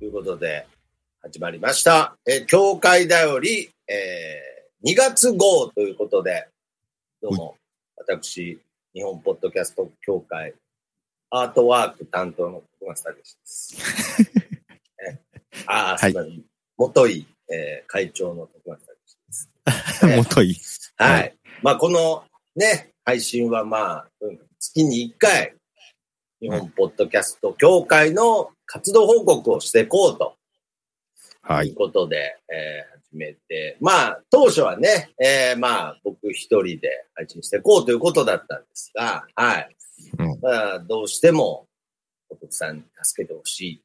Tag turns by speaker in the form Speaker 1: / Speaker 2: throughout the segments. Speaker 1: いうことで、始まりました。えー、教会だより、えー、2月号ということで、どうも、私、日本ポッドキャスト協会、アートワーク担当の徳松武史です。 ねああ、
Speaker 2: はい
Speaker 1: すいません。元井、えー会長の徳松武史です。えー
Speaker 2: もとい。
Speaker 1: は。
Speaker 2: はい
Speaker 1: まあ、このね、配信はまあ、うん月に1回、日本ポッドキャスト協会の活動報告をしていこうと
Speaker 2: はいい。
Speaker 1: うことで、えー始めて、まあ、当初はね、えーまあ、僕一人で配信していこうということだったんですが、はい。
Speaker 2: うん
Speaker 1: まあ、どうしても、お父さんに助けてほしい。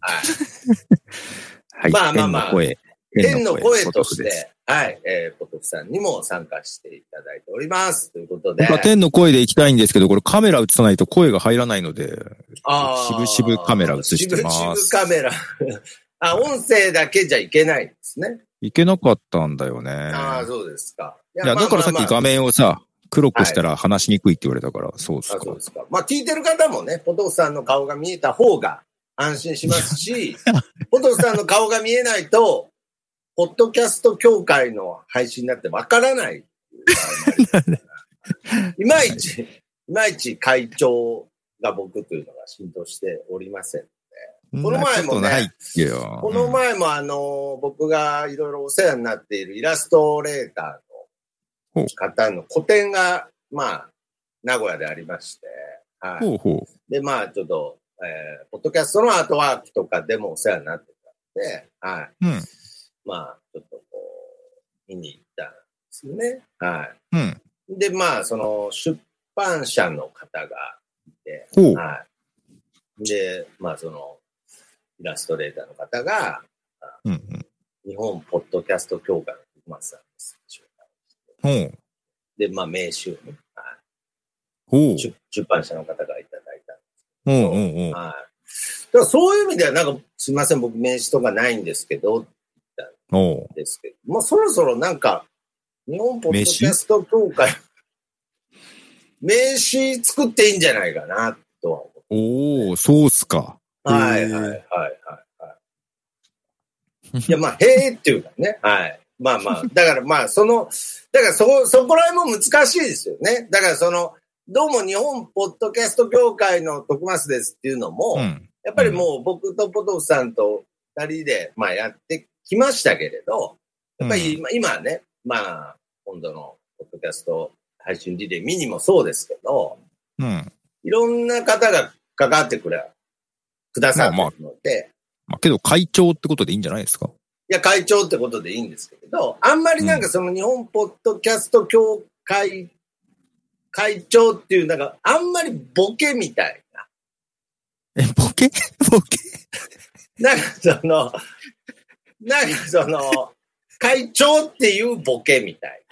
Speaker 1: はい。
Speaker 2: はい。
Speaker 1: まあまあまあ
Speaker 2: 天の声。
Speaker 1: 天の声
Speaker 2: ポト
Speaker 1: と
Speaker 2: フ
Speaker 1: し
Speaker 2: です
Speaker 1: て、はい、えー、ポトフさんにも参加していただいております。ということで
Speaker 2: 僕。は天の声で行きたいんですけど、これカメラ映さないと声が入らないので、
Speaker 1: あー
Speaker 2: 渋々カメラ映してます
Speaker 1: 渋々カメラ。 あ、音声だけじゃいけないんですね。
Speaker 2: いけなかったんだよね。
Speaker 1: ああ、そうですか。い
Speaker 2: いや、だからさっき画
Speaker 1: 面
Speaker 2: 面をさ、黒くしたら話しにくいって言われたから、そうっす
Speaker 1: あ
Speaker 2: か。
Speaker 1: そうですか。まあ、聞いてる方もね、ポトフさんの顔が見えた方が安心します し、ポトフさんの顔が見えないと、ポッドキャスト協会の配信になってわからないっていう場合もありますから。いまいち、いまいち会長が僕というのが浸透しておりません。この前もね
Speaker 2: そんなことないっけよ。
Speaker 1: この前もあの、僕がいろいろお世話になっているイラストレーター
Speaker 2: ほ
Speaker 1: の
Speaker 2: う
Speaker 1: 方の個展が、まあ、名古屋でありまして、はい。
Speaker 2: ほうほ
Speaker 1: で、まあ、ちょっと、えーポッドキャストのアートワークとかでもお世話になってたんで、はい。
Speaker 2: う。うん。
Speaker 1: まあ、ちょっとこう、見に行ったんですよね。は
Speaker 2: うん。
Speaker 1: い。で、まあ、その、出版社の方がいて、
Speaker 2: ほう。
Speaker 1: はい。で、まあ、その、イラストレーターの方が、
Speaker 2: うんうん。
Speaker 1: 日本ポッドキャスト協会の徳松さんです。
Speaker 2: ほう。
Speaker 1: で、まあ、名刺をね、は
Speaker 2: ほう
Speaker 1: い。出出版社の方がいただいた
Speaker 2: ほうほうほう。
Speaker 1: はい。だからそういう意味では、なんか、すみません、僕、名刺とかないんですけど、
Speaker 2: ほ
Speaker 1: ですけど、もうそろそろなんか、日本ポッドキャスト協会、名刺作っていいんじゃないかな、とは思
Speaker 2: う。おー、そうっすか。
Speaker 1: う。はい、はい、はい、はい。はいいや、まあ、へえっていうかね、はい。まあまあ、だからまあ、その、だからそこ、そこら辺も難しいですよね。だからその、どうも日本ポッドキャスト協会の徳松ですっていうのも、
Speaker 2: うん。
Speaker 1: やっぱりもう僕とポトフさんと二人で、まあやってきましたけれど、やっぱり今,、今はね、まあ、今度のポッドキャスト配信リレーミニもそうですけど、
Speaker 2: うん。
Speaker 1: いろんな方が関わってくれ、くださってるので、
Speaker 2: まあけど会長ってことでいいんじゃないですか。
Speaker 1: いや、会長ってことでいいんですけれど、あんまりなんかその日本ポッドキャスト協会会長っていう、なんかあんまりボケみたいな、
Speaker 2: え、ボケ ボケ
Speaker 1: なんかその、なんかその、会長っていうボケみたい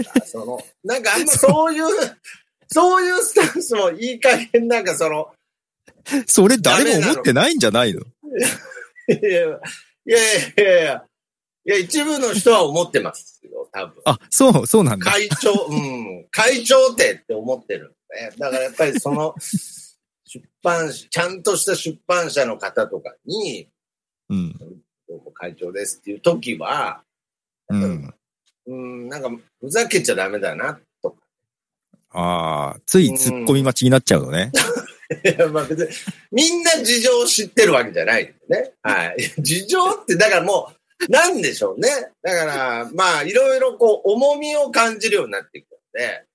Speaker 1: な。なんかその、なんかあんまそういう、そういうスタンスもいい加減なんかその、
Speaker 2: それ誰も思ってないんじゃないの
Speaker 1: いやいやいやいや、いや一部の人は思ってますよ、多分。
Speaker 2: あ、そう、そうなんだ。
Speaker 1: 会長、うん、会長ってって思ってるんで、ね。だからやっぱりその、出版社、ちゃんとした出版社の方とかに、
Speaker 2: うん。
Speaker 1: どうも会長ですっていう時は、
Speaker 2: うん。
Speaker 1: うん、なんか、ふざけちゃダメだな。
Speaker 2: ああ、つい突っ込み待ちになっちゃうのね。
Speaker 1: いやまあ別に、みんな事情を知ってるわけじゃないんでね。はい。 事情って、だからもう、なんでしょうね。だから、まあ、いろいろこう、重みを感じるようになってき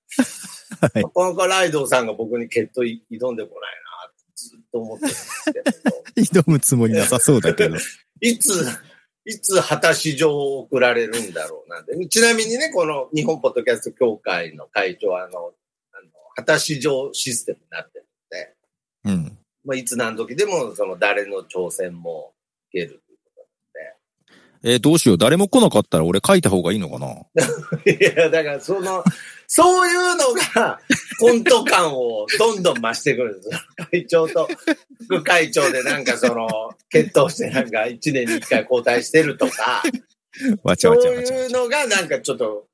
Speaker 1: たので、
Speaker 2: はい
Speaker 1: なかなかライドウさんが僕に決闘い挑んでこないな、ってずっと思ってるんですけど、
Speaker 2: 挑むつもりなさそうだけど。
Speaker 1: いつ、いつ果たし状を送られるんだろうなんて。ちなみにね、この日本ポッドキャスト協会の会長は、あの、あの果たし状システムになってる
Speaker 2: うん。
Speaker 1: まあ、いつ何時でもその誰の挑戦も受ける。
Speaker 2: えーどうしよう。誰も来なかったら俺書いた方がいいのか な
Speaker 1: いや、だからそ の、そういうのがコント感をどんどん増してくるんですよ。会長と副会長でなんかその、決闘してなんか一年に一回交代してるとか、
Speaker 2: わちゃ
Speaker 1: そう
Speaker 2: わちゃわちゃわ
Speaker 1: いう
Speaker 2: ちゃ。
Speaker 1: のがなんかちょっと、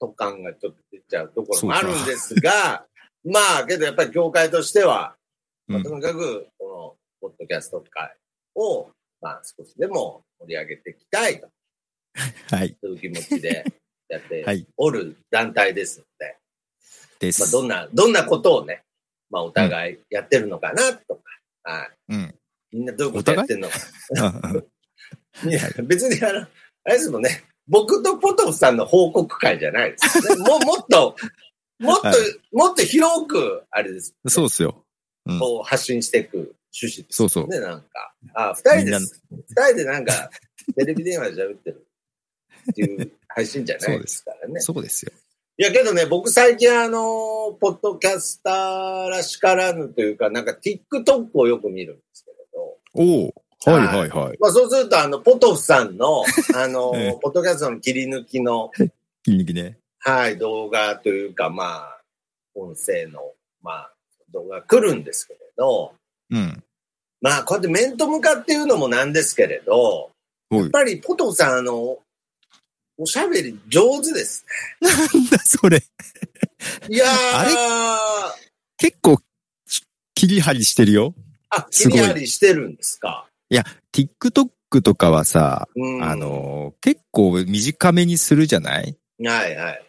Speaker 1: 特感がちょっと出ちゃうところもあるんです が、まあ、けどやっぱり業界としては、まあ
Speaker 2: うん
Speaker 1: とにかく、この、ポッドキャスト会をまあ、少しでも盛り上げていきたいと
Speaker 2: はい。
Speaker 1: いう気持ちでやっ
Speaker 2: は
Speaker 1: て
Speaker 2: い
Speaker 1: おる団体ですので、
Speaker 2: で
Speaker 1: まあ、
Speaker 2: す。
Speaker 1: どんな、どんなことをね、まあ、お互いやってるのかなとか、はい。
Speaker 2: うん。
Speaker 1: みんなどういうことやってんのか。
Speaker 2: うん
Speaker 1: いや、別にあの、あれですもんね、僕とポトフさんの報告会じゃないですよね、ももっと、もっと、
Speaker 2: はい
Speaker 1: もっと広く、あれです、
Speaker 2: そうっすよ。うん
Speaker 1: こう発信していく趣旨です
Speaker 2: そうそう。
Speaker 1: ね、なんか。あ、二人
Speaker 2: みん
Speaker 1: で
Speaker 2: な
Speaker 1: す。二人でなんか、テレビ電話で喋ってるっていう配信じゃないですからね。
Speaker 2: そうですよ。
Speaker 1: いや、けどね、僕最近あの、ポッドキャスターらしからぬというか、なんか TikTok をよく見るんですけれど、
Speaker 2: おおはいはいはい。
Speaker 1: まあそうすると、あの、ポトフさん の、あの、
Speaker 2: ええ
Speaker 1: ポッドキャストの切り抜きの、
Speaker 2: 筋肉ね。
Speaker 1: はい、動画というか、まあ、音声の、まあ、動画来るんですけれど、
Speaker 2: うん。
Speaker 1: まあ、こうやって面と向かっていうのもなんですけれど、
Speaker 2: お
Speaker 1: やっ
Speaker 2: い。
Speaker 1: ぱりポトフさん、あの、おしゃべり上手です
Speaker 2: なんだそれ。
Speaker 1: ね。いやー、
Speaker 2: あれ
Speaker 1: あ
Speaker 2: 結構、き切り張りしてるよ。
Speaker 1: 切り張りしてるんですか。
Speaker 2: TikTok とかはさ、
Speaker 1: うん。
Speaker 2: あ、のー結構短めにするじゃない
Speaker 1: はいはいはい。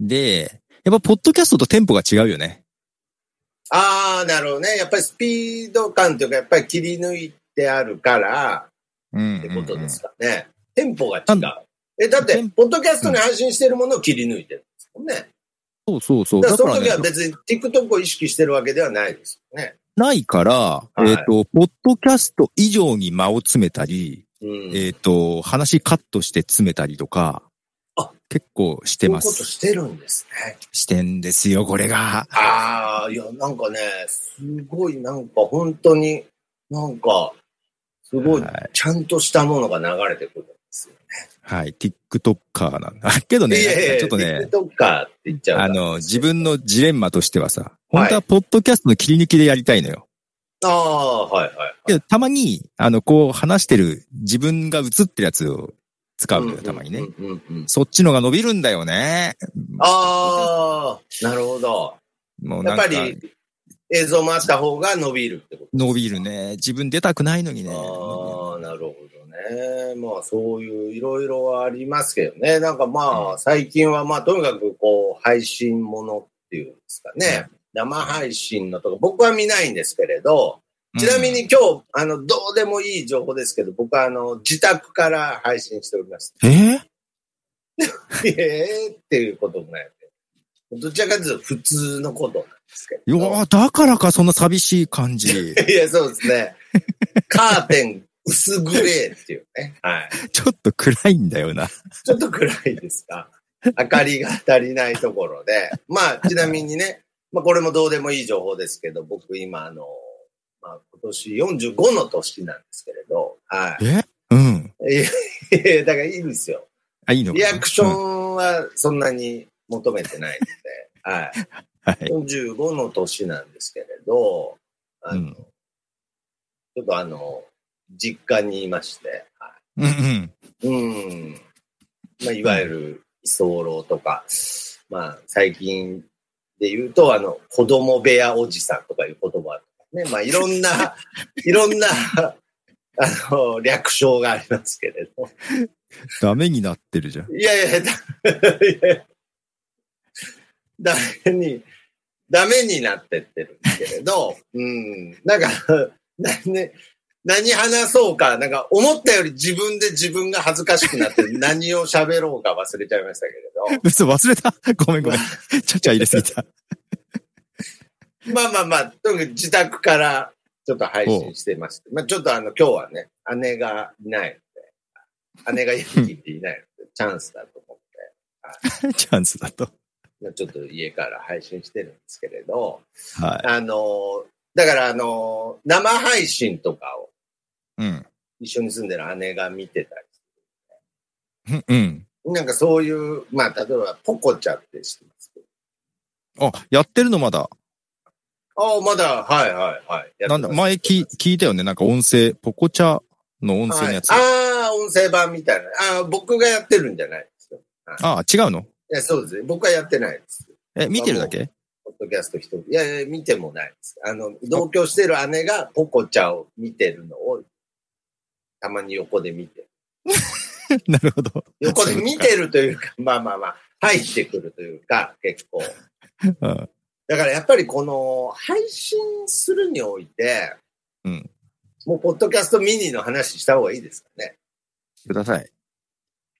Speaker 2: で、やっぱポッドキャストとテンポが違うよね。
Speaker 1: あー、なるほどね。やっぱりスピード感というか、やっぱり切り抜いてあるから、
Speaker 2: うんうんうん
Speaker 1: ってことですかね。テンポが違
Speaker 2: な。
Speaker 1: うんえ、だっ
Speaker 2: テ
Speaker 1: て
Speaker 2: ン、
Speaker 1: ポッドキャストに配信してるものを切り抜いてるんですもんね。
Speaker 2: そうそうそう。
Speaker 1: だから
Speaker 2: だ
Speaker 1: そ
Speaker 2: から
Speaker 1: の時は
Speaker 2: ね、
Speaker 1: 別に TikTok を意識してるわけではないですよね。
Speaker 2: ないから、
Speaker 1: い
Speaker 2: えっ、と、ポッドキャスト以上に間を詰めたり、
Speaker 1: うん。
Speaker 2: えっ、と、話カットして詰めたりとか
Speaker 1: あ、
Speaker 2: 結構し
Speaker 1: そ
Speaker 2: て
Speaker 1: ういう
Speaker 2: ま
Speaker 1: こと
Speaker 2: す。
Speaker 1: してるんですね。
Speaker 2: してんですよ、これが。
Speaker 1: ああ、いや、なんかね、すごい、なんか本当に、なんか、すごい
Speaker 2: は、
Speaker 1: ちゃんとしたものが流れてくるんですよ。
Speaker 2: はい、TikToker なんだ。 けどね、
Speaker 1: いやいやいや
Speaker 2: ちょっとね、
Speaker 1: TikToker って言っちゃうから。
Speaker 2: あの、自分のジレンマとしてはさ、
Speaker 1: はい
Speaker 2: 本当はポッドキャストの切り抜きでやりたいのよ。
Speaker 1: ああ、はいはい。
Speaker 2: けど、たまに、あの、こう話してる自分が映ってるやつを使うのよ、たまにね。
Speaker 1: うんうんうんうん。
Speaker 2: そっちのが伸びるんだよね。
Speaker 1: ああ、なるほど。
Speaker 2: もう
Speaker 1: や
Speaker 2: な
Speaker 1: っぱ、
Speaker 2: んか
Speaker 1: り映像もあった方が伸びるってこと
Speaker 2: 伸びるね。自分出たくないのにね。
Speaker 1: ああ、なるほどね。まあそういういろいろありますけどね。なんかまあ最近はまあとにかくこう配信ものっていうんですかね。生配信のとか僕は見ないんですけれど、
Speaker 2: うん
Speaker 1: ちなみに、今日、あの、どうでもいい情報ですけど、僕はあの、自宅から配信しております。
Speaker 2: えー
Speaker 1: ええっていうこともないんで。どちらかというと普通のことなんですけ
Speaker 2: い
Speaker 1: ど。
Speaker 2: やーだからか、そんな寂しい 感じ。
Speaker 1: いや、そうですね。カーテン薄グレーっていうね。はい。
Speaker 2: ちょっと暗いんだよな。
Speaker 1: ちょっと暗いですか。明かりが足りないところで。まあ、ちなみにね、まあ、これもどうでもいい情報ですけど、僕今、あの、まあ、今年45の年なんですけれど、は
Speaker 2: えうん。
Speaker 1: い。いやいやだからいいんですよ。
Speaker 2: あ、いいのか
Speaker 1: リ
Speaker 2: な
Speaker 1: アクショ
Speaker 2: うん
Speaker 1: ンはそんなに求めてないので、はい。
Speaker 2: はい。
Speaker 1: 45の年なんですけれど、あの
Speaker 2: うん
Speaker 1: ちょっとあの、実家にいまして、は
Speaker 2: うんうん。
Speaker 1: い、うん、まあ、いわゆる居候とか、まあ、最近で言うと、あの、子供部屋おじさんとかいう言葉ね、まあ、いろん な、いろんな、あの、略称がありますけれど。
Speaker 2: ダメになってるじゃん。
Speaker 1: いやいや、だ、いや ダメに、ダメになってってるんですけれど、うん、なんか、何、何話そうか、なんか思ったより自分で自分が恥ずかしくなって何を喋ろうか忘れちゃいましたけれ
Speaker 2: 嘘、忘れた。 ごめんごめん。ちゃちゃ入れすぎた。
Speaker 1: ど、まあまあまあ、とにかく自宅からちょっと配信してまして、まあちょっとあの今日はね、姉がいないので、姉が家にいていないので、チャンスだと思って。
Speaker 2: チャンスだと。
Speaker 1: まあちょっと家から配信してるんですけれど、
Speaker 2: は
Speaker 1: あの、だからあの、生配信とかを
Speaker 2: い。うん。
Speaker 1: 一緒に住んでる姉が見てた
Speaker 2: うんうん。
Speaker 1: り、なんかそういう、まあ例えばポコチャって知ってますけど、
Speaker 2: あ、やってるのまだ。
Speaker 1: ああ、まだ、はいはいはい。やってます
Speaker 2: なんだ、前聞聞いたよね。なんか音声、ポコチャの音声のやつ。
Speaker 1: はい
Speaker 2: あ
Speaker 1: ああ、音声版みたいな。ああ、僕がやってるんじゃないですよ。
Speaker 2: あ、違うの
Speaker 1: いや、そうですね。僕はやってないです。
Speaker 2: え、見てるだけ
Speaker 1: ポッドキャスト一人。いやいや、見てもないです。あの、同居してる姉がポコチャを見てるのをたまに横で見て。
Speaker 2: なるほど。
Speaker 1: 横で見てるというか、 まあまあまあ、入ってくるというか、結構。
Speaker 2: うん。
Speaker 1: だからやっぱりこの、配信するにおいて、
Speaker 2: うん。
Speaker 1: もう、ポッドキャストミニの話した方がいいですかね。
Speaker 2: ください。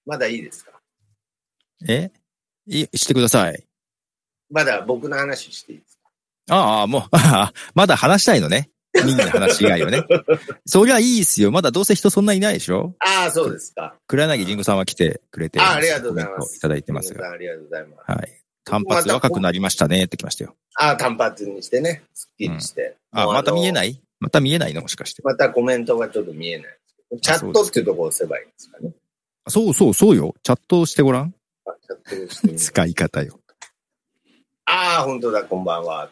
Speaker 1: まだいいですか
Speaker 2: えい、してください。
Speaker 1: まだ僕の話していいですか
Speaker 2: ああ、もう、ああまだ話したいのね。みんな話以外 はね。そりゃいいっすよ。まだどうせ人そんないないでしょ
Speaker 1: ああ、そうですか。
Speaker 2: 黒柳りんごさんは来てくれて
Speaker 1: あありがとうございます
Speaker 2: コメントいただいてます
Speaker 1: 皆
Speaker 2: よ。
Speaker 1: さんありがとうございます。
Speaker 2: はい。単発若くなりましたねってきましたよ。
Speaker 1: ああ、単発にしてね、すっきりして。
Speaker 2: あ、また見え
Speaker 1: い
Speaker 2: ないまた見えないのもしかして。
Speaker 1: またコメントがちょっと見えないですけど。チャットっていうところを押せばいいんですかね。
Speaker 2: そうそうそうよ。チャットをしてごらん。
Speaker 1: あチャットをしてみる
Speaker 2: 使い方よ。
Speaker 1: ああ、本当だ、こんばんは。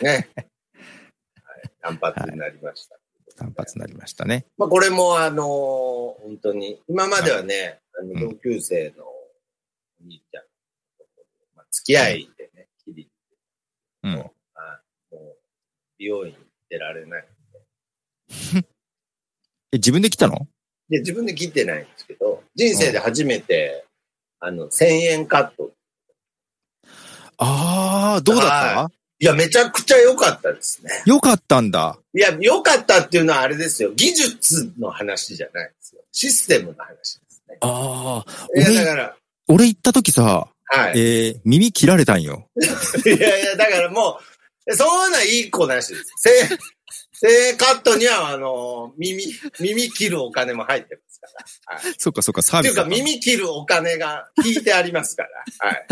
Speaker 1: ね。はい、単発になりました。
Speaker 2: 単発になりましたね。
Speaker 1: まあ、これも、あのー本当に、今まではね、あ
Speaker 2: う
Speaker 1: の
Speaker 2: ん
Speaker 1: 同級生のお兄ちゃん、まあ、付き合いでね、きり、
Speaker 2: うん。
Speaker 1: もう美容院出られない。
Speaker 2: え、自分で来たの
Speaker 1: で、自分で切ってないんですけど、人生で初めて、あの、1000円カット。
Speaker 2: ああ、どうだった、
Speaker 1: いや、めちゃくちゃ良かったですね。
Speaker 2: よかったんだ。
Speaker 1: いや、良かったっていうのはあれですよ。技術の話じゃないですよ。システムの話ですね。
Speaker 2: ああ、
Speaker 1: いや、
Speaker 2: 俺
Speaker 1: だから、
Speaker 2: 俺行った時さ、
Speaker 1: はい。
Speaker 2: えー、耳切られたん よ。
Speaker 1: いやいや、だからもう、そういうのはいい子なしです。せ、 せカットには、あの、耳、耳切るお金も入ってますから。
Speaker 2: そっかそっか、サー
Speaker 1: って
Speaker 2: ビ
Speaker 1: いう
Speaker 2: スだ
Speaker 1: か、
Speaker 2: った。
Speaker 1: 耳切るお金が引いてありますから。 はい。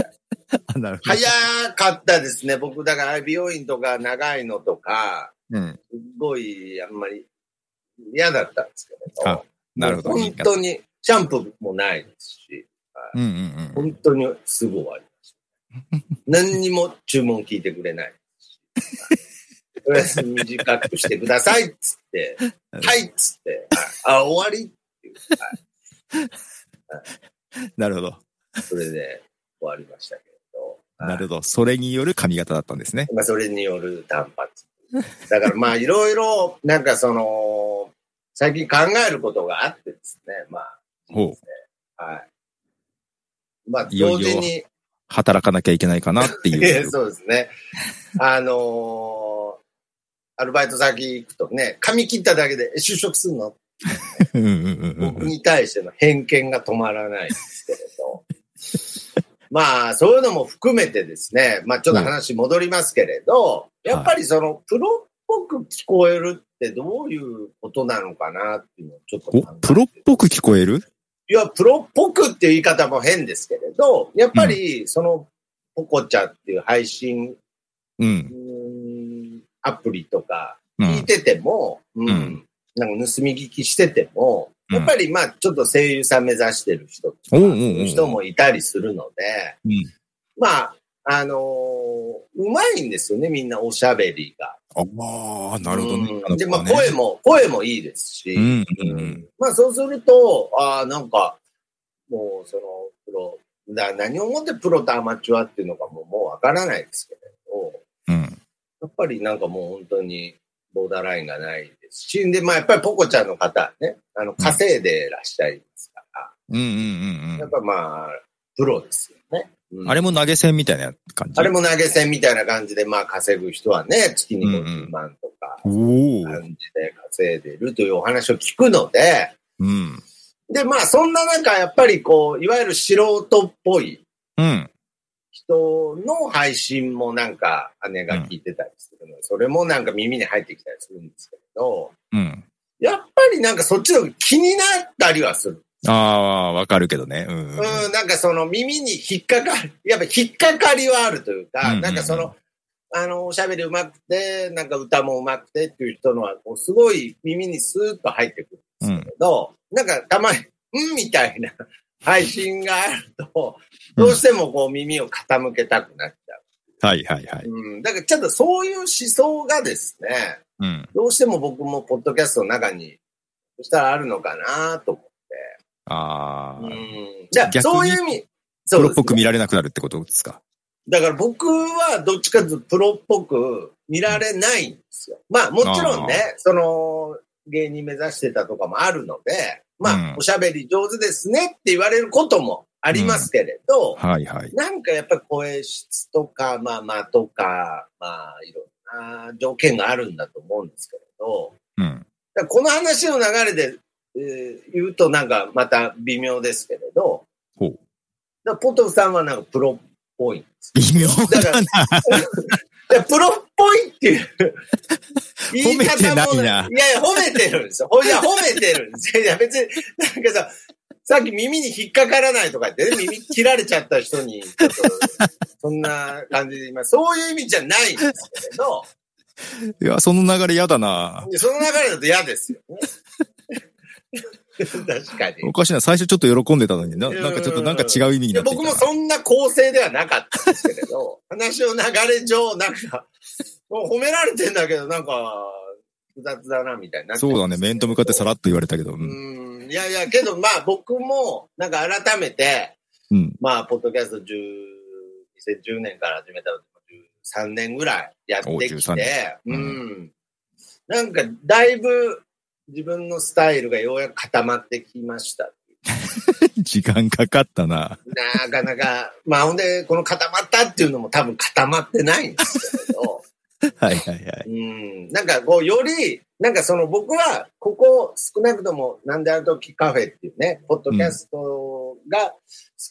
Speaker 2: あなるほど。
Speaker 1: 早かったですね。僕、だから、美容院とか長いのとか、
Speaker 2: うん。
Speaker 1: すごい、あんまり嫌だったんですけど。
Speaker 2: あなるほど。
Speaker 1: 本当に、シャンプーもないですし、
Speaker 2: うんうんうん。
Speaker 1: 本当にすぐ終わりました。何にも注文聞いてくれない。とりあえず短くしてくださいっつって、はいっつって、あ、終わり
Speaker 2: なるほど。
Speaker 1: それで終わりましたけど。
Speaker 2: なるほど。それによる髪型だったんですね。
Speaker 1: まあ、それによる単発。だからまあ、いろいろ、なんかその、最近考えることがあってですね、まあ、
Speaker 2: ほう。
Speaker 1: はい。まあ、
Speaker 2: いよ
Speaker 1: 同
Speaker 2: い
Speaker 1: 時
Speaker 2: よ
Speaker 1: に、
Speaker 2: 働かなきゃいけないかなって
Speaker 1: いや
Speaker 2: いう。
Speaker 1: そうですね。あのーアルバイト先行くとね、髪切っただけでえ就職するの
Speaker 2: うんうんうん
Speaker 1: 僕
Speaker 2: うん。
Speaker 1: に対しての偏見が止まらないんですけれど。 まあ、そういうのも含めてですね、まあちょっと話戻りますけれど、
Speaker 2: うん
Speaker 1: やっぱりその、プロっぽく聞こえるってどういうことなのかなっていうのをちょっと考え
Speaker 2: お
Speaker 1: て。、
Speaker 2: プロっぽく聞こえる
Speaker 1: いや、プロっぽくっていう言い方も変ですけれど、やっぱりその、ポコちゃんっていう配信
Speaker 2: うん。
Speaker 1: うんアプリとか
Speaker 2: う
Speaker 1: 聞い
Speaker 2: ん。
Speaker 1: てても、うん
Speaker 2: うん
Speaker 1: なんか盗み聞きしてても、
Speaker 2: うん
Speaker 1: やっぱりまあちょっと声優さん目指してる人とか、
Speaker 2: おうおうおう
Speaker 1: 人もいたりするので、
Speaker 2: うん
Speaker 1: まあ、あのーうまいんですよね、みんなおしゃべりが。
Speaker 2: ああ、なるほどね。
Speaker 1: うんで、まあ
Speaker 2: の子は
Speaker 1: 声
Speaker 2: ね
Speaker 1: も、声もいいですし、
Speaker 2: うんうんうん。
Speaker 1: まあそうすると、ああ、なんか、もうその、プロ、だ何をもってプロとアマチュアっていうのかももうわからないですけれど、
Speaker 2: うん。
Speaker 1: やっぱりなんかもう本当にボーダーラインがないですし、で、まあやっぱりポコちゃんの方ね、あの、稼いでらっしゃいますから、
Speaker 2: うんうんうん
Speaker 1: や
Speaker 2: う
Speaker 1: っぱまあ、プロですよね。うん
Speaker 2: ん。あれも投げ銭みたいな感じ
Speaker 1: あれも投げ銭みたいな感じで、まあ稼ぐ人はね、月に50万とか、
Speaker 2: おお。
Speaker 1: 感じで稼いでるというお話を聞くので、
Speaker 2: うん。
Speaker 1: で、まあそんな中、やっぱりこう、いわゆる素人っぽい
Speaker 2: うん。
Speaker 1: 人の配信もなんか姉が聞いてたりするので、それもなんか耳に入ってきたりするんですけれど、
Speaker 2: うん。
Speaker 1: やっぱりなんかそっちの方が気になったりはする。
Speaker 2: ああ、わかるけどね。うん。うん
Speaker 1: うん、なんかその耳に引っかかる、やっぱ引っかかりはあるという
Speaker 2: うんうん
Speaker 1: か、
Speaker 2: うん
Speaker 1: なんかその、あの、おしゃべり上手くて、なんか歌も上手くてっていう人のは、こう、すごい耳にスーッと入ってくる
Speaker 2: うん
Speaker 1: けど、なんかたまに、うんみたいな配信があると、どうしてもこう耳を傾けたくなっちゃ
Speaker 2: はいはいはい。
Speaker 1: う。うん、だからちょっとそういう思想がですね、
Speaker 2: うん。
Speaker 1: どうしても僕もポッドキャストの中に、そしたらあるのかなと思って
Speaker 2: ああ。
Speaker 1: うんじゃあ、
Speaker 2: 逆に
Speaker 1: そういう意味。そう
Speaker 2: プ
Speaker 1: です
Speaker 2: ロっ
Speaker 1: ね
Speaker 2: ぽく見られなくなるってことですか
Speaker 1: だから僕はどっちかというとプロっぽく見られないんですよ。まあもちろんね、その、芸人目指してたとかもあるので、まあ、
Speaker 2: うん
Speaker 1: おしゃべり上手ですねって言われることもありますけれど、
Speaker 2: はいはい。
Speaker 1: なんかやっぱり声質とか、まあまあとか、まあいろんな条件があるんだと思うんですけれど、
Speaker 2: うん。
Speaker 1: だからこの話の流れで、えー言うとなんかまた微妙ですけれど、
Speaker 2: ほう
Speaker 1: だからポトフさんはなんかプロっぽいんです。
Speaker 2: 微妙
Speaker 1: だから、
Speaker 2: だな。
Speaker 1: いやプロっぽいっていう言い
Speaker 2: 褒めて
Speaker 1: 方
Speaker 2: ないな
Speaker 1: もいやいや、褒めてるんですよ。ほいや、褒めてるんですよ。いや、別に、なんかさ、さっき耳に引っかからないとか言ってね、耳切られちゃった人に、ちょっとそんな感じで今、そういう意味じゃないんですけれど、
Speaker 2: いや、その流れ嫌だな。
Speaker 1: でその流れだと嫌ですよ ね。確かに。
Speaker 2: おかしいな。最初ちょっと喜んでたのにな。なんかちょっとなんか違う意味に
Speaker 1: い
Speaker 2: な
Speaker 1: や
Speaker 2: ってき
Speaker 1: 僕
Speaker 2: た
Speaker 1: もそんな構成ではなかったんですけれ ど、話の流れ上、なんか、もう褒められてんだけど、なんか、複雑だな、みたいになってます
Speaker 2: そうだね。面と向かってさらっと言われたけど。う。
Speaker 1: うんん。いやいや、けどまあ僕も、なんか改めて、
Speaker 2: うん。
Speaker 1: まあ、ポッドキャスト10、2010年から始めたので、13年ぐらいやって
Speaker 2: お
Speaker 1: き
Speaker 2: 13
Speaker 1: て、
Speaker 2: う
Speaker 1: うんん。なんか、だいぶ、自分のスタイルがようやく固まってきました。
Speaker 2: 時間かかったな。
Speaker 1: なかなか、 まあほんで、この固まったっていうのも多分固まってないんですけど、
Speaker 2: はいはいはい。
Speaker 1: うん、なんかこう、より、なんかその僕は、ここ少なくとも、なんである時カフェっていうね、ポッドキャストが好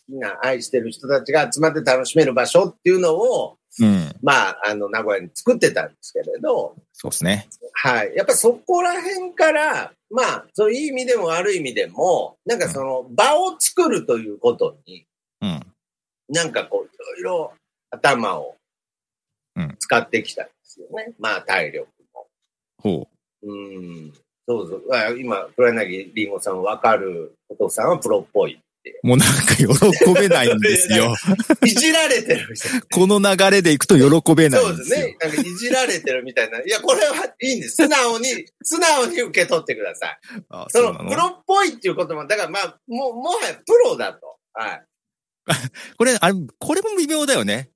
Speaker 1: きな、愛してる人たちが集まって楽しめる場所っていうのを、
Speaker 2: うん。
Speaker 1: まあ、あの、名古屋に作ってたんですけれど、
Speaker 2: そうですね。
Speaker 1: はい。やっぱそこら辺から、まあ、そういういい意味でも悪い意味でも、なんかその場を作るということに、
Speaker 2: うん。
Speaker 1: なんかこう、いろいろ頭を
Speaker 2: うん
Speaker 1: 使ってきたんですよね。まあ、体力も。
Speaker 2: ほ
Speaker 1: うん。そうそう。あ今、黒柳りんごさんわかるお父さんはプロっぽい。
Speaker 2: う。もうなんか喜べないんですよ。
Speaker 1: いじられてるみたい な。
Speaker 2: この流れでいくと喜べない
Speaker 1: そ
Speaker 2: ん
Speaker 1: う
Speaker 2: で
Speaker 1: です
Speaker 2: よ。
Speaker 1: すね。なんかいじられてるみたいな。いや、これはいいんです。素直に、素直に受け取ってください。
Speaker 2: あ
Speaker 1: そ
Speaker 2: そ
Speaker 1: の
Speaker 2: うな、
Speaker 1: プ
Speaker 2: の
Speaker 1: ロっぽいっていうことも、だからまあ、もう、もはやプロだと。はい。
Speaker 2: これ、あれ、これも微妙だよね。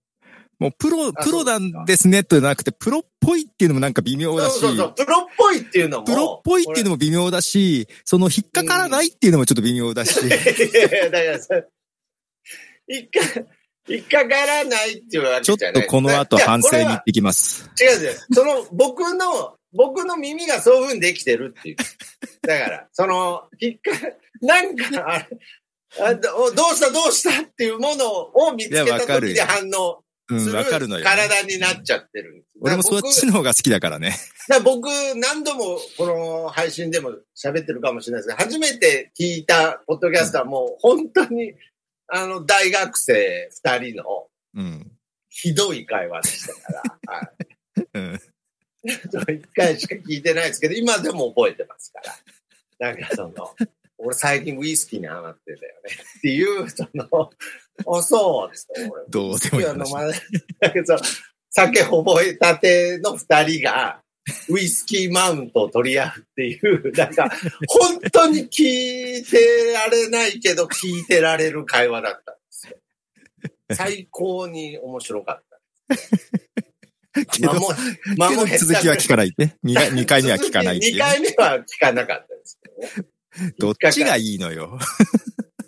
Speaker 2: もうプロ、
Speaker 1: あ
Speaker 2: プロなんですねとじゃなくて、プロっぽいっていうのもなんか微妙
Speaker 1: そう
Speaker 2: だし、
Speaker 1: そうそう。プロっぽいっていうのも。
Speaker 2: プロっぽいっていうのも微妙だし、その引っかからないっていうのもちょっと微妙だ し、
Speaker 1: い やいや、だからそれ、一回、一回からないっていうわけ
Speaker 2: ち
Speaker 1: じ
Speaker 2: ょっ
Speaker 1: ゃない。
Speaker 2: とこの後
Speaker 1: いや
Speaker 2: 反省に
Speaker 1: これ
Speaker 2: 行
Speaker 1: は
Speaker 2: ってきます。
Speaker 1: 違うんですよ。その、僕の、僕の耳がそういうふうにできてるっていう。だから、その、一回、なんか、あれ、あどどうしたどうしたっていうものを見つけ
Speaker 2: いや
Speaker 1: た
Speaker 2: わかる
Speaker 1: 時
Speaker 2: よ
Speaker 1: で反応
Speaker 2: う
Speaker 1: す
Speaker 2: ん、
Speaker 1: る
Speaker 2: わかるのよ。
Speaker 1: 体になっちゃってる。
Speaker 2: 俺もそ
Speaker 1: だ
Speaker 2: っ
Speaker 1: から僕
Speaker 2: ちの方が好きだからね。
Speaker 1: だから僕、何度もこの配信でも喋ってるかもしれないですけど、初めて聞いたポッドキャストはもう本当に、あの、大学生二人の
Speaker 2: うん。
Speaker 1: ひどい会話でしたから、はい
Speaker 2: うん。
Speaker 1: ちょっと一回しか聞いてないですけど、今でも覚えてますから。なんかその、俺最近ウイスキーにハマってたよね。っていう、その、 あ、そうっつって、俺、
Speaker 2: どうでもいい
Speaker 1: ウイスキーは飲
Speaker 2: 話。
Speaker 1: まない。だけど、酒覚えたての二人が、ウイスキーマウントを取り合うっていう、なんか、本当に聞いてられないけど、聞いてられる会話だったんです よ。最高に面白かった。
Speaker 2: け ど、
Speaker 1: 間
Speaker 2: け
Speaker 1: も
Speaker 2: ど続きは聞かないって。2, 回目は聞かないっ てい
Speaker 1: 2
Speaker 2: うね。
Speaker 1: 回目は聞かなかったですけどね。
Speaker 2: どっちが
Speaker 1: い
Speaker 2: いいのよ。